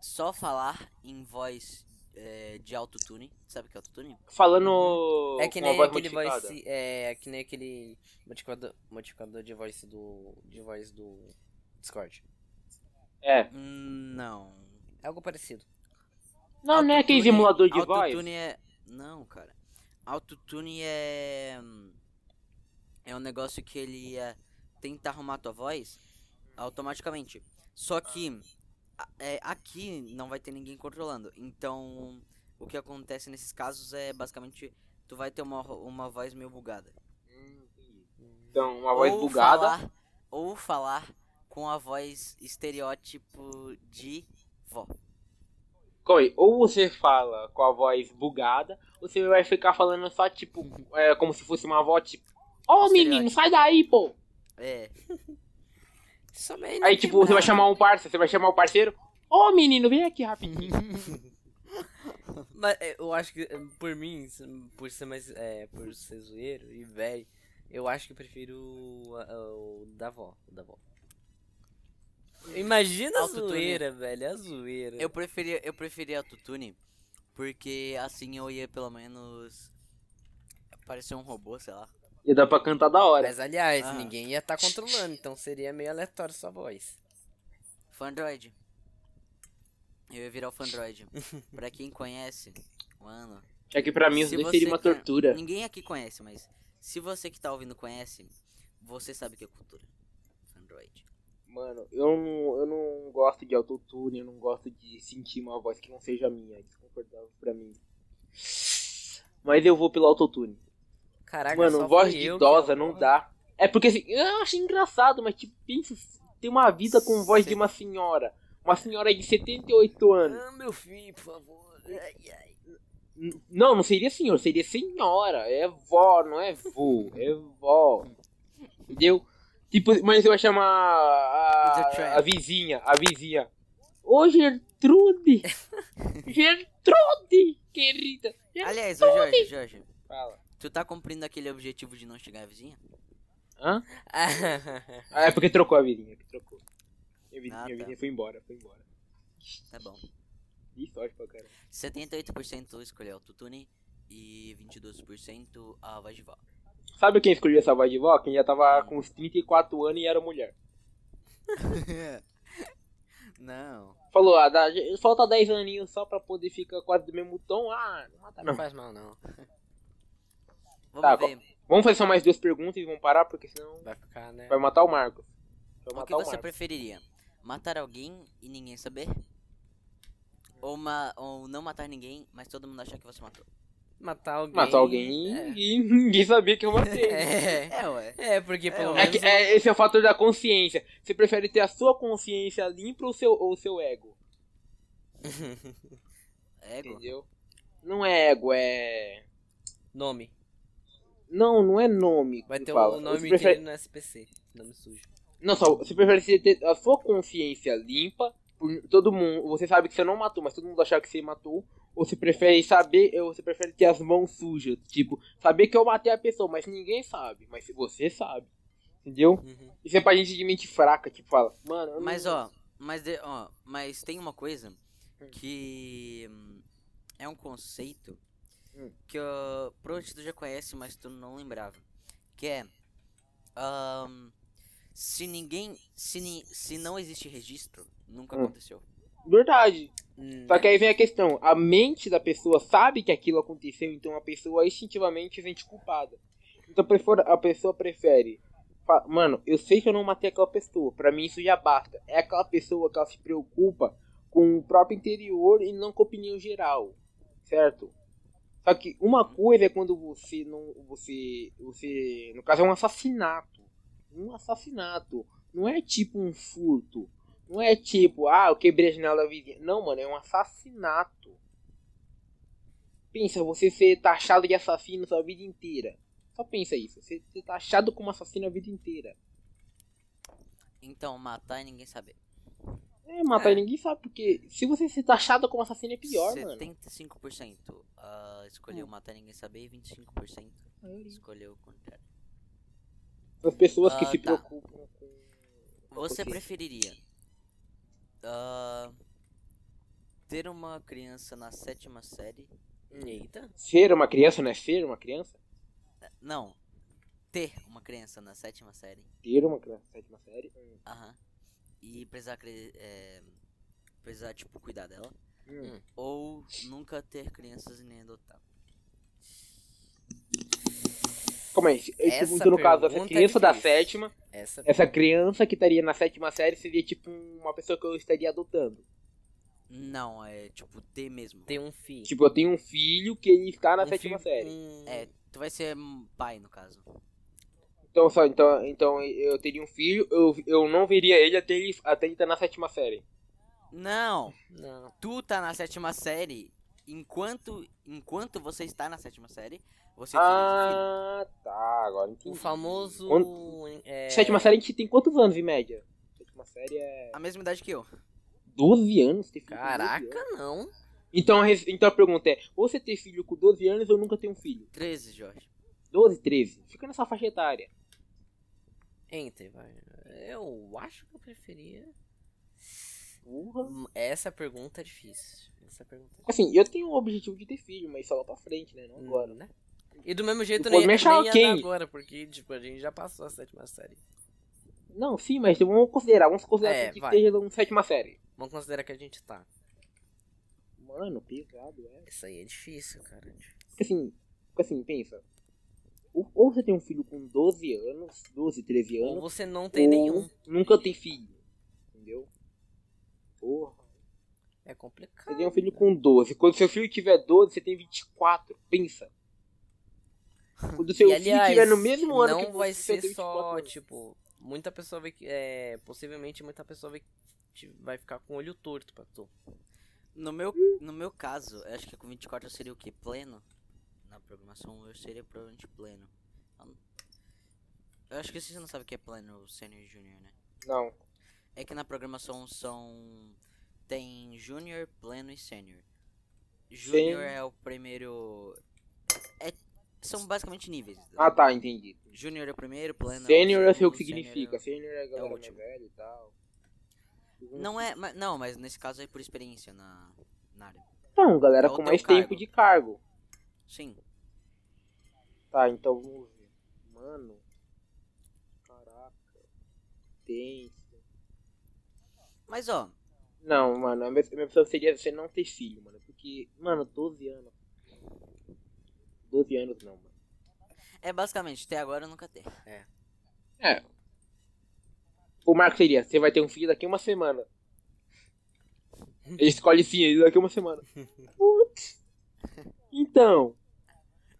Só falar em voz eh, de autotune. Sabe o que é autotune?
Falando.
É que
com uma
nem
voz
aquele
modificada.
voice. É, é que nem aquele modificador, modificador de voice do. de voz do Discord.
É.
Hum, Não.
É algo parecido.
Não, não é aquele
Autotune-
simulador de voz.
Autotune é. Não, cara. Autotune é. É um negócio que ele é, tenta arrumar tua voz automaticamente. Só que a- é, aqui não vai ter ninguém controlando. Então, o que acontece nesses casos é basicamente tu vai ter uma, uma voz meio bugada.
Hum, entendi. Então, uma voz
Ou
bugada.
falar- ou falar com a voz estereótipo de vó.
Coi, ou você fala com a voz bugada, ou você vai ficar falando só, tipo, é, como se fosse uma voz, tipo, ô menino,
Estereótipo.
sai daí, pô.
É.
Isso bem,
Aí, tipo, você vai chamar um parceiro, você vai chamar o parceiro, ô menino, vem aqui rapidinho.
Uhum.
Mas é, eu acho que, eh, por mim, se- por ser mais. É, por ser zoeiro e velho, eu acho que eu prefiro o, a- o da avó. O da avó. Imagina a
Autotune.
zoeira, velho. A zoeira.
Eu preferia, eu preferia autotune, porque assim eu ia pelo menos parecer um robô, sei lá.
E dá pra cantar da hora.
Mas aliás,
Ah.
ninguém ia estar controlando, então seria meio aleatório sua voz.
Fandroid. Eu ia virar o Fandroid. pra quem conhece, mano.
É que pra mim isso
se
daí
você-
seria uma tortura.
Ninguém aqui conhece, mas se você que tá ouvindo conhece, você sabe o que é cultura. Fandroid.
Mano, eu não, eu não gosto de autotune, eu não gosto de sentir uma voz que não seja minha. É desconfortável pra mim. Mas eu vou pelo autotune.
Caraca,
Mano,
só
voz
fui
de
eu que-
idosa não dá. É porque assim, eu acho engraçado, mas tipo, pensa, tem uma vida com voz de uma senhora. Uma senhora de 78 anos.
Ah, meu filho, por favor. Ai, ai.
N- Não, não seria senhor, seria senhora. É vó, não é vô, é vó. Entendeu? Tipo, mas eu ia chamar a,
It's a
a vizinha, a vizinha. Ô Gertrude! Gertrude, querida!
Aliás, ô Jorge, Jorge,
Fala.
tu tá cumprindo aquele objetivo de não chegar a vizinha?
Hã?
Ah,
Ah, é porque trocou a vizinha, que trocou. Minha vizinha,
Ah,
minha
tá.
vizinha foi embora, foi embora.
Tá bom.
Ih, sorte pra caramba.
78% escolheu autotune e 22% a voz de vó.
Sabe quem escolheu essa voz de vó? Quem já tava com uns 34 anos e era mulher.
Não.
Falou, ah, dá- falta 10 aninhos só pra poder ficar quase do mesmo tom. Ah, não mata
não
não.
faz mal, não.
Vamos
Tá,
ver.
Vamos fazer só mais duas perguntas e vamos parar, porque senão
Vai ficar, né?
vai matar o Marcos. Vai
O que
matar o
você
Marcos.
preferiria? Matar alguém e ninguém saber? Ou, ma- ou não matar ninguém, mas todo mundo achar que você matou?
Matar alguém.
Matar alguém
É.
e ninguém sabia que eu matei. É.
É,
É, ué.
é, porque pelo
É
menos.
que- é, esse é o fator da consciência. Você prefere ter a sua consciência limpa ou o seu, ou o seu ego?
Ego.
Entendeu? Não é ego, é.
Nome.
Não, não é nome.
Vai
que
ter
fala.
o nome
Você prefere-
dele no SPC. Nome sujo.
Não, só, você prefere você ter a sua consciência limpa, por todo mundo, você sabe que você não matou, mas todo mundo achar que você matou, Ou você prefere saber, ou você prefere ter as mãos sujas? Tipo, saber que eu matei a pessoa, mas ninguém sabe. Mas você sabe. Entendeu?
Uhum.
Isso é pra gente de mente fraca, tipo, fala, mano. eu não-
Mas ó, mas de- ó, mas tem uma coisa que hum, é um conceito
Hum.
que ó, provavelmente tu já conhece, mas tu não lembrava, que é ahn, se ninguém, se, ni- se não existe registro, nunca
Hum.
aconteceu.
Verdade.
Hum,
Só que aí vem a questão, a mente da pessoa sabe que aquilo aconteceu, então a pessoa instintivamente se sente culpada. Então a pessoa, a pessoa prefere, fa- mano, eu sei que eu não matei aquela pessoa, pra mim isso já basta. É aquela pessoa que ela se preocupa com o próprio interior e não com a opinião geral, certo? Só que uma coisa é quando você não, você, você, no caso é um assassinato, um assassinato, não é tipo um furto. Não é tipo, ah, eu quebrei a janela da vizinha. Não, mano, é um assassinato. Pensa, você ser taxado de assassino sua vida inteira. Só pensa isso. Você ser taxado como assassino a vida inteira.
Então matar e ninguém saber.
É, matar
É.
ninguém sabe, porque se você ser taxado como assassino é pior, mano.
75% ah, escolheu matar e ninguém saber e 25% escolheu o contrário.
As pessoas que
Ah,
se
tá.
preocupam com.
Você
Porque-
preferiria ah, ter uma criança na sétima série?
Eita.
Ser uma criança, não é ser uma criança?
Não, ter uma criança na sétima série.
Ter uma criança, sétima série. Hum.
Aham. E precisar cre- é, precisar tipo cuidar dela.
Hum.
Ou nunca ter crianças e nem adotar.
Como é isso?
Essa
Esse no caso, essa
pergunta é
criança da
difícil.
sétima.
Essa.
Essa criança que estaria na sétima série seria tipo uma pessoa que eu estaria adotando.
Não, é tipo ter mesmo.
Tem um fi.
Tipo, eu tenho um filho que ele está na
um
sétima
fi-
série.
um-
É, tu vai ser hum, pai no caso.
Então, só, então, então eu teria um filho, eu, eu não veria ele até ele até ele estar na sétima série.
Não,
Não.
tu tá na sétima série. Enquanto enquanto você está na sétima série, você
um
tem filho.
Ah, tá, agora entendi.
O famoso. É...
Sétima série a gente tem quantos anos em média? Sétima série é
a mesma idade que eu.
12 anos. Ter filho com 12 anos.
Caraca, não.
Então, a res- então a pergunta é, ou você ter filho com 12 anos ou nunca ter um filho?
13, Jorge.
12, 13. Fica nessa faixa etária.
Entre, vai. Eu acho que eu preferia.
Porra.
Hum, Essa pergunta é difícil. Essa pergunta é
Assim, eu tenho o objetivo de ter filho, mas só lá pra frente, né? Não
difícil.
agora.
Né? E do mesmo jeito,
O
nem, nem
problema é achar
ia
quem.
dar agora, porque tipo, a gente já passou a sétima série.
Não, sim, mas vamos considerar, vamos considerar assim,
É,
que
vai.
esteja na sétima série.
Vamos considerar que a gente tá.
Mano, pesado, é.
Isso aí é difícil, cara.
Porque assim, porque assim, pensa. Ou, ou você tem um filho com 12 anos, 12, 13
Ou
anos,
você não tem
ou
nenhum.
nunca tem filho. Entendeu? Porra.
É complicado.
Você tem um filho com 12. Quando seu filho tiver 12, você tem 24. Pensa. Quando seu
e aliás,
filho tiver é no mesmo ano
não
que você,
vai
você
ser
tem 24
só,
anos.
tipo, muita pessoa vai. É, possivelmente muita pessoa vai, te- vai ficar com o olho torto pra tu.
No meu, no meu caso, eu acho que com 24 eu seria o quê? Pleno? Na programação eu seria provavelmente pleno. Eu não- Eu acho que você não sabe o que é pleno, sênior e júnior, né?
Não.
É que na programação são. Tem júnior, pleno e sênior. Júnior é o primeiro. É... São basicamente níveis.
Ah tá, entendi.
Júnior é o primeiro, pleno. é o
Sênior eu sei o que
segundo,
significa.
sênior
Sênior é a galera mais
último.
velha e tal.
é o- Não é. ma- Não, mas nesse caso é por experiência na, na área.
Então, galera
É o
com
teu
mais
cargo.
tempo de cargo.
Sim.
Tá, então vamos ver. Mano. Caraca. Tenso.
Mas ó,
Não, mano, a minha, a minha opção seria você não ter filho, mano. Porque, mano, 12 anos. 12 anos não, mano.
é basicamente até agora eu nunca ter.
O Marco seria, você vai ter um filho daqui a uma semana. Ele escolhe sim, ele daqui a uma semana. Putz. Então,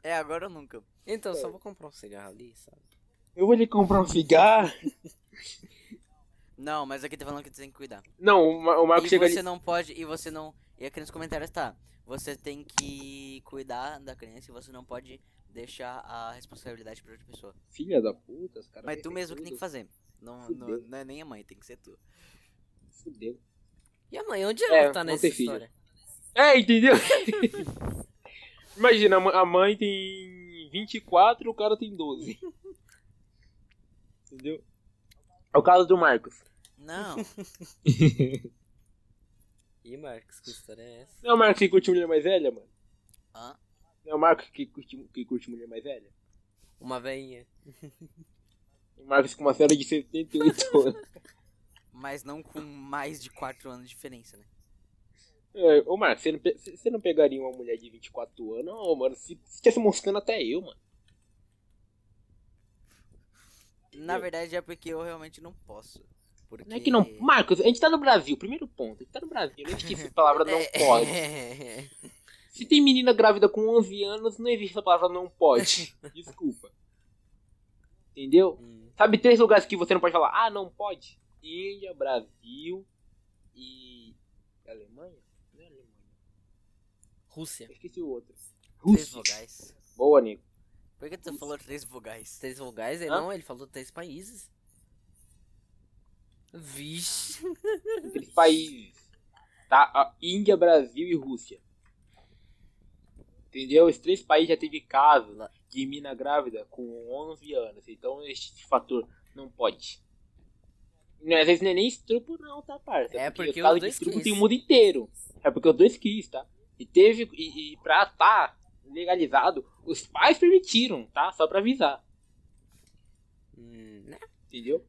É agora ou nunca.
Então,
É.
eu só vou comprar um cigarro ali, sabe?
eu vou lhe comprar um cigarro.
Não, mas aqui tá falando que tu tem que cuidar.
Não, o, Ma- o Marco
e
chega
você
ali.
não pode, e você não. E aqui nos comentários tá. Você tem que cuidar da criança e você não pode deixar a responsabilidade pra outra pessoa.
Filha da puta, os caras.
Mas tu
vão
mesmo que
tudo.
tem que fazer. Não,
Fudeu.
não, não é nem a mãe, tem que ser tu.
Fudeu.
E a mãe, onde
É,
ela tá
não
nessa
tem filho.
história?
É, entendeu? Imagina, a mã- a mãe tem 24 o cara tem 12. Entendeu? É o caso do Marcos.
Não.
Ih, Marcos, que história é essa?
Não é o Marcos que curte mulher mais velha, mano?
Hã?
Não é o Marcos que curte, que curte mulher mais velha?
Uma veinha.
O Marcos com uma série de 78 anos.
Mas não com mais de 4 anos de diferença, né?
É, ô Marcos, você não, pe- você não pegaria uma mulher de 24 anos? Não, mano, se se tivesse moscando até eu, mano.
Na
Entendeu?
verdade é porque eu realmente não posso. Porque...
Não é que não. Marcos, a gente tá no Brasil, primeiro ponto. A gente tá no Brasil, eu nem esqueci essa palavra não
É.
pode. Se tem menina grávida com 11 anos, não existe a palavra não pode. Desculpa. Entendeu?
Hum,
Sabe três lugares que você não pode falar? Ah, não pode? Índia, Brasil e. Alemanha? Não é Alemanha.
Rússia.
Eu esqueci o outro.
Três
Rússia.
vogais.
Boa, Nico.
Por que tu falou três vogais?
Três vogais? Ele
Hã?
não, ele falou três países. Vixe.
Aqueles países. Tá? A Índia, Brasil e Rússia. Entendeu? Esses três países já teve casos de mina grávida com 11 anos. Então, esse fator não pode. Não, às vezes não é nem estrupo, não, tá, parça?
É porque
o caso
os
de
dois
estrupo
quis.
tem o mundo inteiro. É porque os dois quis, tá? E teve. E, e pra tá legalizado, os pais permitiram, tá? Só pra avisar. Ah.
Hum, né?
Entendeu?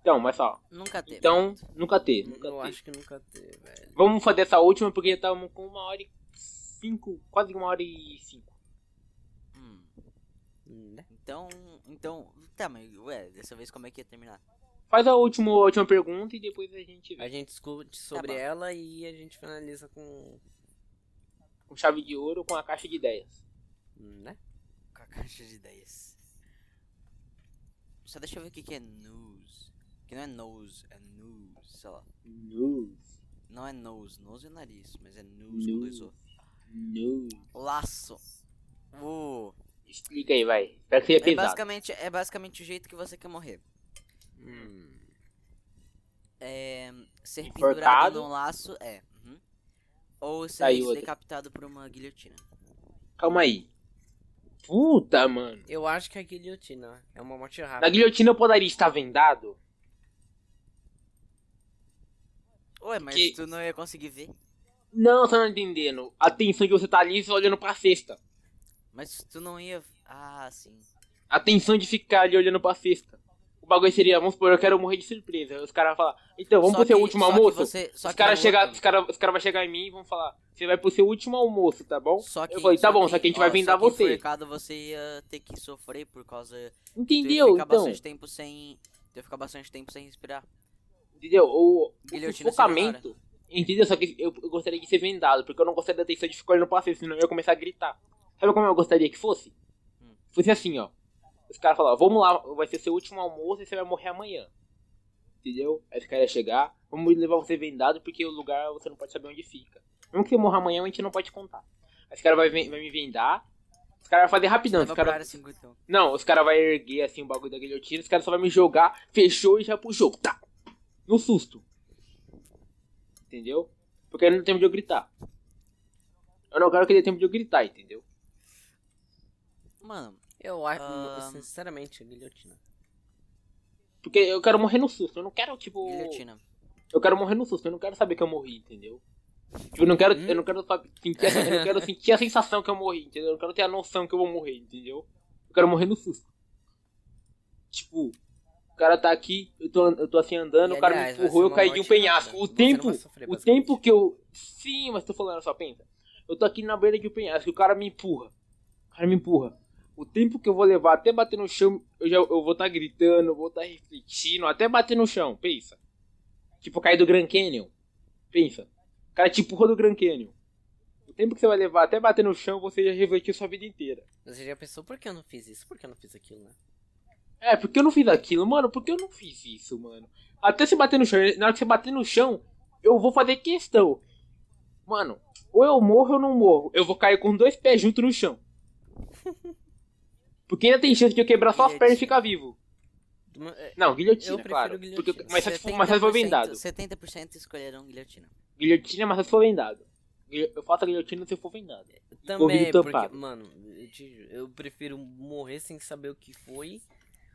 Então, mas só.
Nunca teve.
Então, nunca teve. Nunca
Hum, Eu
teve.
acho que nunca teve, velho.
Vamos fazer essa última porque já estamos com uma hora e cinco, quase uma hora e cinco.
Hum,
Hum, né?
então, então, tá, mas ué, dessa vez como é que ia terminar?
Faz a última, a última pergunta e depois a gente
A
vê.
gente discute
Tá
sobre
bom.
ela e a gente finaliza com.
Com chave de ouro ou com a caixa de ideias.
hum, Né?
Com a caixa de ideias. Só deixa eu ver o que, que é news. Que não é nose, é news, sei lá.
News.
Não é nose, nose é nariz, mas é news com dois O.
News.
Laço. Uh,
Explica aí, vai. Espero que seja
é,
pesado.
basicamente, é basicamente o jeito que você quer morrer.
Hum.
É, ser
Enforcado. Tá
pendurado num laço, é. uhum. Ou ser
Aí, outra.
decapitado por uma guilhotina.
Calma aí. Puta, mano.
Eu acho que é guilhotina. É uma morte
Na
rápida.
guilhotina eu poderia estar vendado?
Ué, mas
Que-
tu não ia conseguir ver.
Não, você não tá entendendo. A tensão que você tá ali só olhando pra cesta.
Mas tu não ia. Ah, sim.
a tensão de ficar ali olhando pra cesta. O bagulho seria, vamos supor, eu quero morrer de surpresa. Os caras falam, então, vamos
Só
pro seu
que-
último
só que
almoço.
você- só
os
que no
caras chega,
outro-
os cara, os cara vai chegar em mim e vão falar, você vai pro seu último almoço, tá bom?
Só que,
eu falei, tá
só
bom, só que a gente vai
ó,
vendar
só que
você.
enforcado você ia ter que sofrer por causa. tu ia
Entendeu?
ficar
Então,
bastante tempo sem. Tu ia ficar bastante tempo sem respirar.
entendeu? O, o
Guilhotina
focamento, entendeu? Só que eu, eu gostaria de ser vendado, porque eu não gostaria da tensão de ficar olhando pra cesta, senão eu ia começar a gritar. Sabe como eu gostaria que fosse?
Hum.
Fosse assim, ó. Os caras falaram, vamos lá, vai ser seu último almoço e você vai morrer amanhã. Entendeu? Aí os caras iam chegar, vamos levar você vendado, porque o lugar você não pode saber onde fica. Mesmo que você morra amanhã, a gente não pode contar. Aí os caras vão vai me vendar, os caras vão fazer rapidão, os
Leva pra
caras...
área então. 51.
Não, os caras vão erguer assim o bagulho da guilhotina, os caras só vão me jogar, fechou e já puxou. Tá! No susto. Entendeu? Porque eu não tenho tempo de eu gritar. Eu não quero que dê tempo de eu gritar, entendeu?
Mano,
Eu acho.
Ah.
Ahn.
Sinceramente, é guilhotina.
Porque eu quero morrer no susto, eu não quero, tipo.
guilhotina.
Eu quero morrer no susto, eu não quero saber que eu morri, entendeu? Tipo, eu não quero. Eu não quero sa- sentir, essa- eu não quero sentir a sensação que eu morri, entendeu? Eu não quero ter a noção que eu vou morrer, entendeu? Eu quero morrer no susto. Tipo, o cara tá aqui, eu tô, an- eu tô assim andando,
E,
o cara
aliás,
me
vai
empurrou,
ser
eu
uma
caí de um
morte
penhasco.
rápida.
O
Você não
tempo.
vai sofrer,
O
basicamente.
tempo que eu. Sim, mas tô falando só, pensa. Eu tô aqui na beira de um penhasco, o cara me empurra. O cara me empurra. O tempo que eu vou levar até bater no chão, eu já eu vou estar tá gritando, eu vou estar tá refletindo, até bater no chão, pensa. Tipo, eu caí do Grand Canyon. Pensa. O cara te empurra do Grand Canyon. O tempo que você vai levar até bater no chão, você já refletiu sua vida inteira.
Você já pensou por que eu não fiz isso? Por que eu não fiz aquilo, né?
É, porque eu não fiz aquilo, mano? Por que eu não fiz isso, mano? Até você bater no chão, na hora que você bater no chão, eu vou fazer questão. Mano, ou eu morro ou eu não morro. Eu vou cair com dois pés juntos no chão. Porque ainda tem chance de eu quebrar só as pernas e ficar vivo.
Do meu- é,
Não, guilhotina,
Eu prefiro
claro.
guilhotina.
tipo, Porque, mas só se for- mas só se for vendado.
70% escolheram guilhotina.
Guilhotina, mas só se for vendado. Eu eu faço a guilhotina se eu for vendado.
Também, é
Corrido
porque,
tampado.
mano, eu, te ju- eu prefiro morrer sem saber o que foi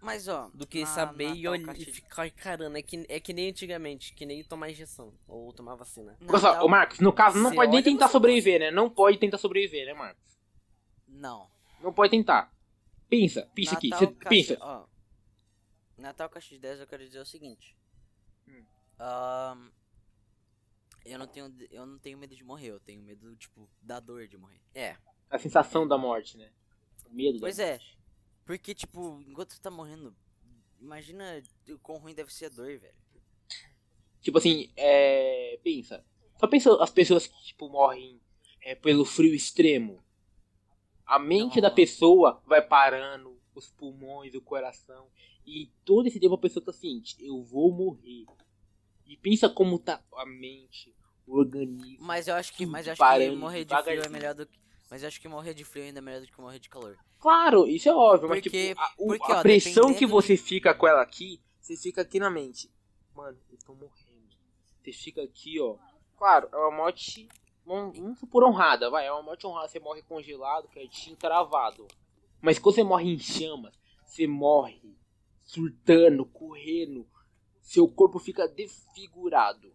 Mas ó.
do que
na-
saber
na
e,
tal
olhar, e
Ah, caixa de-
ficar encarando. É que, é que nem antigamente, que nem tomar injeção ou tomar vacina.
na
Olha só,
tal-
ô Marcos, no caso, não
Você
pode nem
então, olha e
tentar
você
sobreviver, né? Não pode tentar sobreviver, né, Marcos?
Não.
Não pode tentar. Pensa, pensa
Na
aqui,
tal
cê
caixa-
pensa.
Ó, na tal caixa de 10 eu quero dizer o seguinte.
Hum.
Ahn, eu não tenho eu não tenho medo de morrer, eu tenho medo tipo da dor de morrer.
É,
A sensação da morte, né? O medo da
Pois
morte.
é. Porque tipo, enquanto tu tá morrendo, imagina o quão ruim deve ser a dor, velho.
Tipo assim, é. Pensa. Só pensa as pessoas que, tipo, morrem é, pelo frio extremo. A mente
Não.
da pessoa vai parando, os pulmões, o coração. E todo esse tempo a pessoa tá ciente, eu vou morrer. E pensa como tá a mente, o organismo.
Mas eu acho que, mas eu acho que
Parando
morrer de frio é
devagarzinho.
melhor do que mas eu acho que morrer de frio ainda é melhor do que morrer de calor.
Claro, isso é óbvio, mas
Porque-
tipo, a, o-
porque,
a
ó,
pressão que
dependendo
você fica com ela aqui, você fica aqui na mente. Mano, eu tô morrendo. Você fica aqui, ó. Claro, é uma morte. Vamos vamos supor honrada, vai. É uma morte honrada. Você morre congelado, quietinho, travado. Mas quando você morre em chamas, você morre surtando, correndo. Seu corpo fica desfigurado.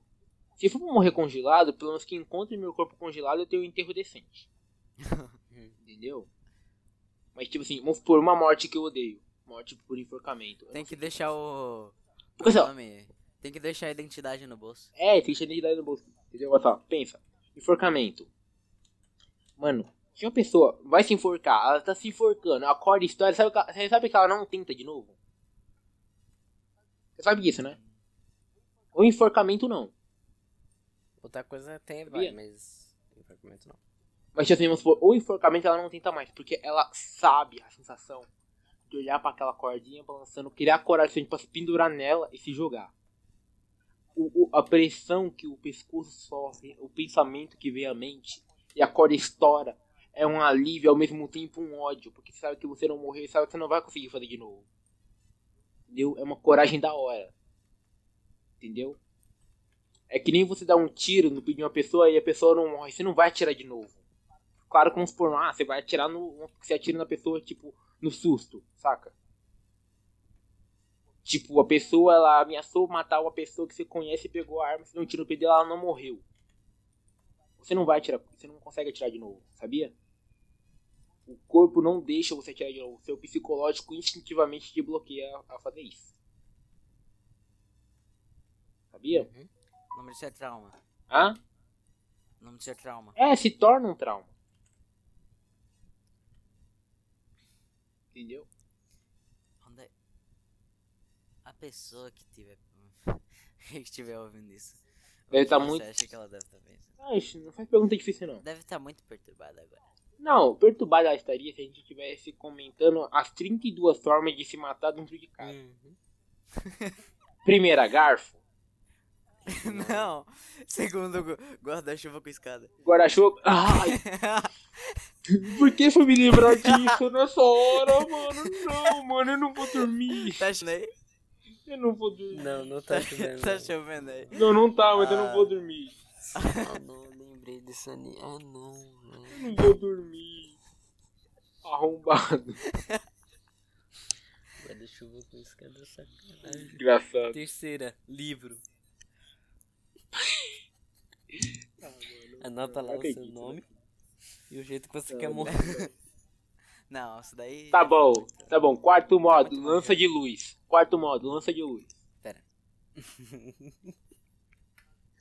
Se for pra morrer congelado, pelo menos que encontre meu corpo congelado, eu tenho um enterro decente. Entendeu? Mas tipo assim, vamos supor uma morte que eu odeio. Morte por enforcamento.
Tem que deixar o
Porque, assim, ó,
nome- tem que deixar a identidade no bolso.
É, tem que ter identidade no bolso. Entendeu? Olha só, pensa. Enforcamento. Mano, se uma pessoa vai se enforcar, ela tá se enforcando, acorda a história, sabe que ela, você sabe que ela não tenta de novo? Você sabe disso, né? O enforcamento não.
outra coisa tem,
Sabia?
vai, mas. enforcamento não.
Mas assim, vamos supor, o enforcamento ela não tenta mais, porque ela sabe a sensação de olhar pra aquela cordinha balançando, criar coragem suficiente pra se pendurar nela e se jogar. O, o- a pressão que o pescoço sofre, o pensamento que vem à mente e a corda estoura é um alívio e ao mesmo tempo um ódio, porque você sabe que você não morreu, sabe que você não vai conseguir fazer de novo. Entendeu? É uma coragem da hora. Entendeu? É que nem você dar um tiro no pé de uma pessoa e a pessoa não morre, você não vai atirar de novo. Claro que vamos supor, ah, você vai atirar no. Você atira na pessoa, tipo, no susto, saca? Tipo, a pessoa, ela ameaçou matar uma pessoa que você conhece, pegou a arma, você deu um tiro no pé dela, ela não morreu. Você não vai atirar, você não consegue atirar de novo, sabia? O corpo não deixa você atirar de novo. Seu psicológico instintivamente te bloqueia a fazer isso. Sabia?
Uhum.
O nome disso é trauma.
Hã?
O nome disso é trauma.
É, se torna um trauma. Entendeu?
Onde é- A pessoa que tiver que estiver ouvindo isso. o
Deve
que
tá
você
muito-
acha que ela deve estar pensando?
Ah, isso não faz pergunta difícil, não.
Deve estar muito perturbada agora.
Não, perturbada ela estaria se a gente estivesse comentando as 32 formas de se matar dentro de casa.
Uhum.
Primeira, garfo.
Não. Segundo gu- guarda-chuva com escada.
Guarda-chuva. Ai, por que fui me livrar disso nessa hora, mano? Não, mano, eu não vou dormir.
tá chovendo aí?
Eu não vou dormir.
Não, não
Tá,
tá chovendo.
tá chovendo aí.
Não, não tá, mas eu
Ah.
não vou dormir.
Ah, não, lembrei disso ali. Ah, não,
Eu
mano.
não vou dormir. Arrombado.
Guarda-chuva com é escada sacanagem.
Engraçado.
Terceira, livro.
Ah, mano,
Anota
eu
lá
não
o seu
acredito,
nome
né?
e o jeito que você
Não, né?
quer
não.
morrer.
Não, isso daí.
Tá bom, tá bom. Quarto modo,
Muito bom,
lança de luz. Quarto modo, lança de luz.
Pera.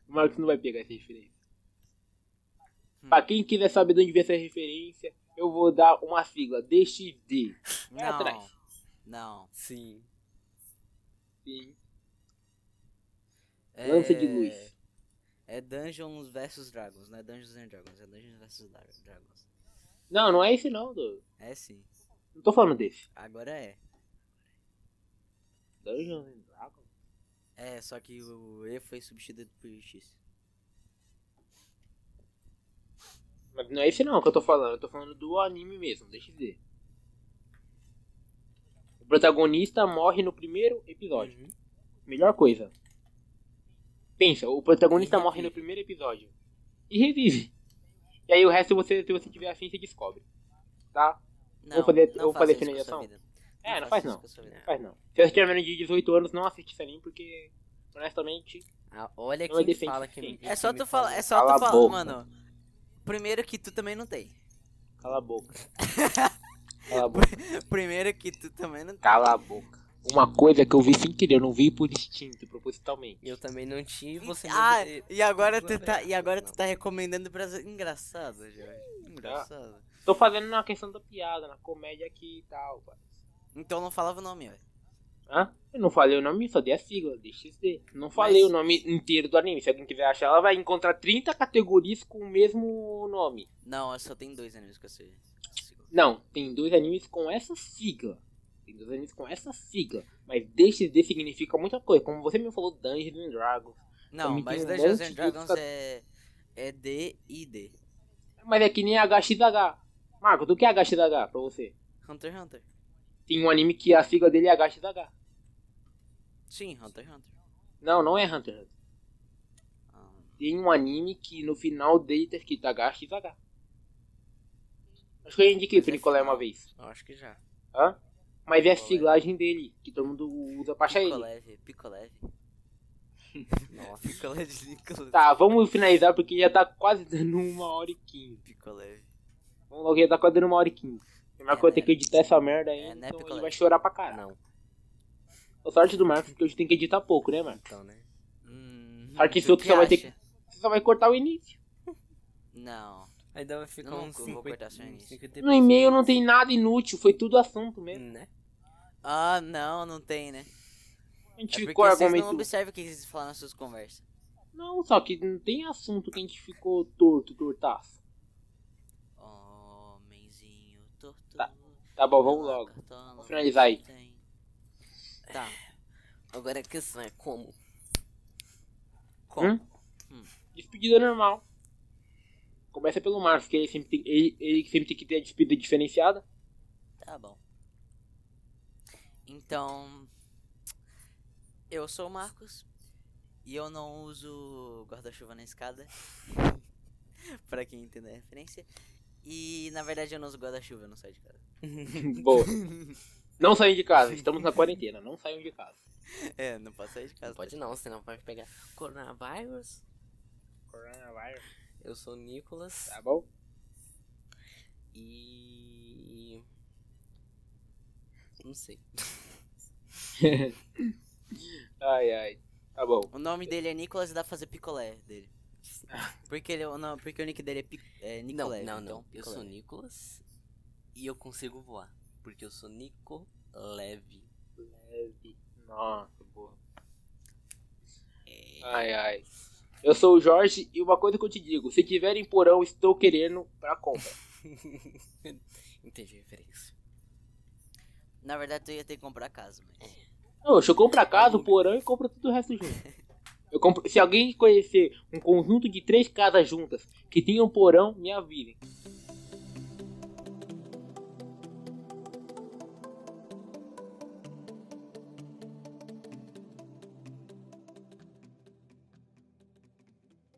O Marcos não vai pegar essa referência.
Hum.
Pra quem quiser saber de onde vem essa referência, eu vou dar uma sigla, DXD. Vai
Não.
atrás.
Não.
Sim.
Sim. Lança de luz.
É Dungeons vs Dragons, não é Dungeons and Dragons, é Dungeons vs Dra- Dragons.
Não, não é esse não, Doug.
É sim,
Não tô falando desse.
agora é.
Dungeons and Dragons?
É, só que o E foi substituído por X.
Mas não é esse não que eu tô falando, eu tô falando do anime mesmo, DXD. O protagonista morre no primeiro episódio.
Uhum.
Melhor coisa. Pensa, o protagonista
E
morre
revive.
no primeiro episódio. E revive. E aí o resto, você, se você tiver afim, você descobre. Tá?
Não,
Vou fazer-
Uhum. não
vou
faça
fazer
isso com a
finalização?
sua vida.
É, não faz
isso
não.
com a sua vida.
Mas não. Se você tiver menos de 18 anos, não assiste esse anime, porque, honestamente,
Ah, olha
Não é
quem me
defendi-
fala que me-
É só
que me
tu falar,
falou.
é só
Cala a
tu falar,
boca.
mano. Primeiro que tu também não tem.
cala a boca. cala a boca.
Primeiro que tu também não tem.
Cala a boca. Uma coisa que eu vi sem querer, eu não vi por instinto, propositalmente.
Eu também não tinha e você
ah,
me...
e agora tu
Não,
tá, e agora
não.
tu tá recomendando pra engraçado, Jorge. Engraçado.
Tô fazendo na questão da piada, na comédia aqui e tal. pá.
Então não falava o nome, velho.
Hã? Eu não falei o nome, só dei a sigla, DXD. Não falei
Mas-
o nome inteiro do anime. Se alguém quiser achar, ela vai encontrar 30 categorias com o mesmo nome.
Não, eu só tenho dois animes que eu sei.
Não, tem dois animes com essa sigla. Tem dois animes com essa sigla. Mas DXD significa muita coisa. Como você me falou, Dungeons and Dragons.
Não,
Também
mas
tem um
Dungeons
monte
and
de
Dragons
outra-
é é D e D.
Mas é que nem HXH. Marco, do que é HXH pra você?
Hunter x Hunter.
Tem um anime que a sigla dele é HXH.
Sim, Hunter x Hunter.
Não, não é Hunter x Hunter.
Ah,
Tem um anime que no final dele tá escrito HXH. Acho que eu indiquei
Mas
pro
é
Nicolai
final.
uma vez.
eu acho que já.
Hã? Mas é a
Picolé.
siglagem dele, que todo mundo usa pra achar ele.
Picoleve, picoleve. Nossa. Picolé de Nicolas.
Tá, vamos finalizar porque já tá quase dando uma hora e quinze.
Picoleve.
Vamos logo, já tá quase dando uma hora e quinze. Tem mais
É,
que eu
né?
ter que editar essa merda aí,
É, né,
então
picolé?
ele vai chorar pra caralho.
Não,
A sorte do Marcos, porque hoje tem que editar pouco, né, Marcos?
então, né?
Hum,
Sabe que esse
tu
outro só vai ter
acha?
Você só vai cortar o início.
Não.
Ainda vai ficar
Eu não
uns
vou
50,
cortar só
uns
isso.
50
No e-mail não tem nada inútil, foi tudo assunto mesmo.
Né?
Ah, não, não tem, né?
A
É
gente
porque
ficou
vocês não
argumentando.
observam o que vocês falam nas suas conversas.
Não, só que não tem assunto que a gente ficou torto, tortaço.
Homenzinho torto.
Tá, Tá bom, vamos logo. Vou finalizar aí.
Tá.
Agora a questão é como? Como?
Hum? Despedida normal. Começa pelo Marcos, que ele sempre tem, ele, ele que sempre tem que ter a despedida diferenciada.
Tá bom. Então, eu sou o Marcos e eu não uso guarda-chuva na escada. pra quem entender a referência. E na verdade eu não uso guarda-chuva, eu não saio de casa.
Boa. Não saiam de casa, estamos na quarentena, não saiam de casa.
É, não posso sair de casa.
Não pode não, senão vai pegar coronavírus.
Coronavírus,
Eu sou o Nicolas
tá bom?
e... Não sei.
Ai, ai, tá bom.
O nome dele é Nicolas e dá pra fazer picolé dele. Porque, ele, não, porque o nick dele é, pic, é
Não,
Nicolé.
não,
então,
não. Eu sou
picolé.
Nicolas e eu consigo voar. Porque eu sou Nico Leve.
Nossa, boa. Ai, ai. Eu sou o Jorge e uma coisa que eu te digo, se tiverem porão, estou querendo pra compra.
Entendi a referência.
Na verdade, tu ia ter que comprar casa, mas.
Não, eu compro a casa, o porão e compro tudo o resto junto. Eu compro- se alguém conhecer um conjunto de três casas juntas que tenham porão, me avisem.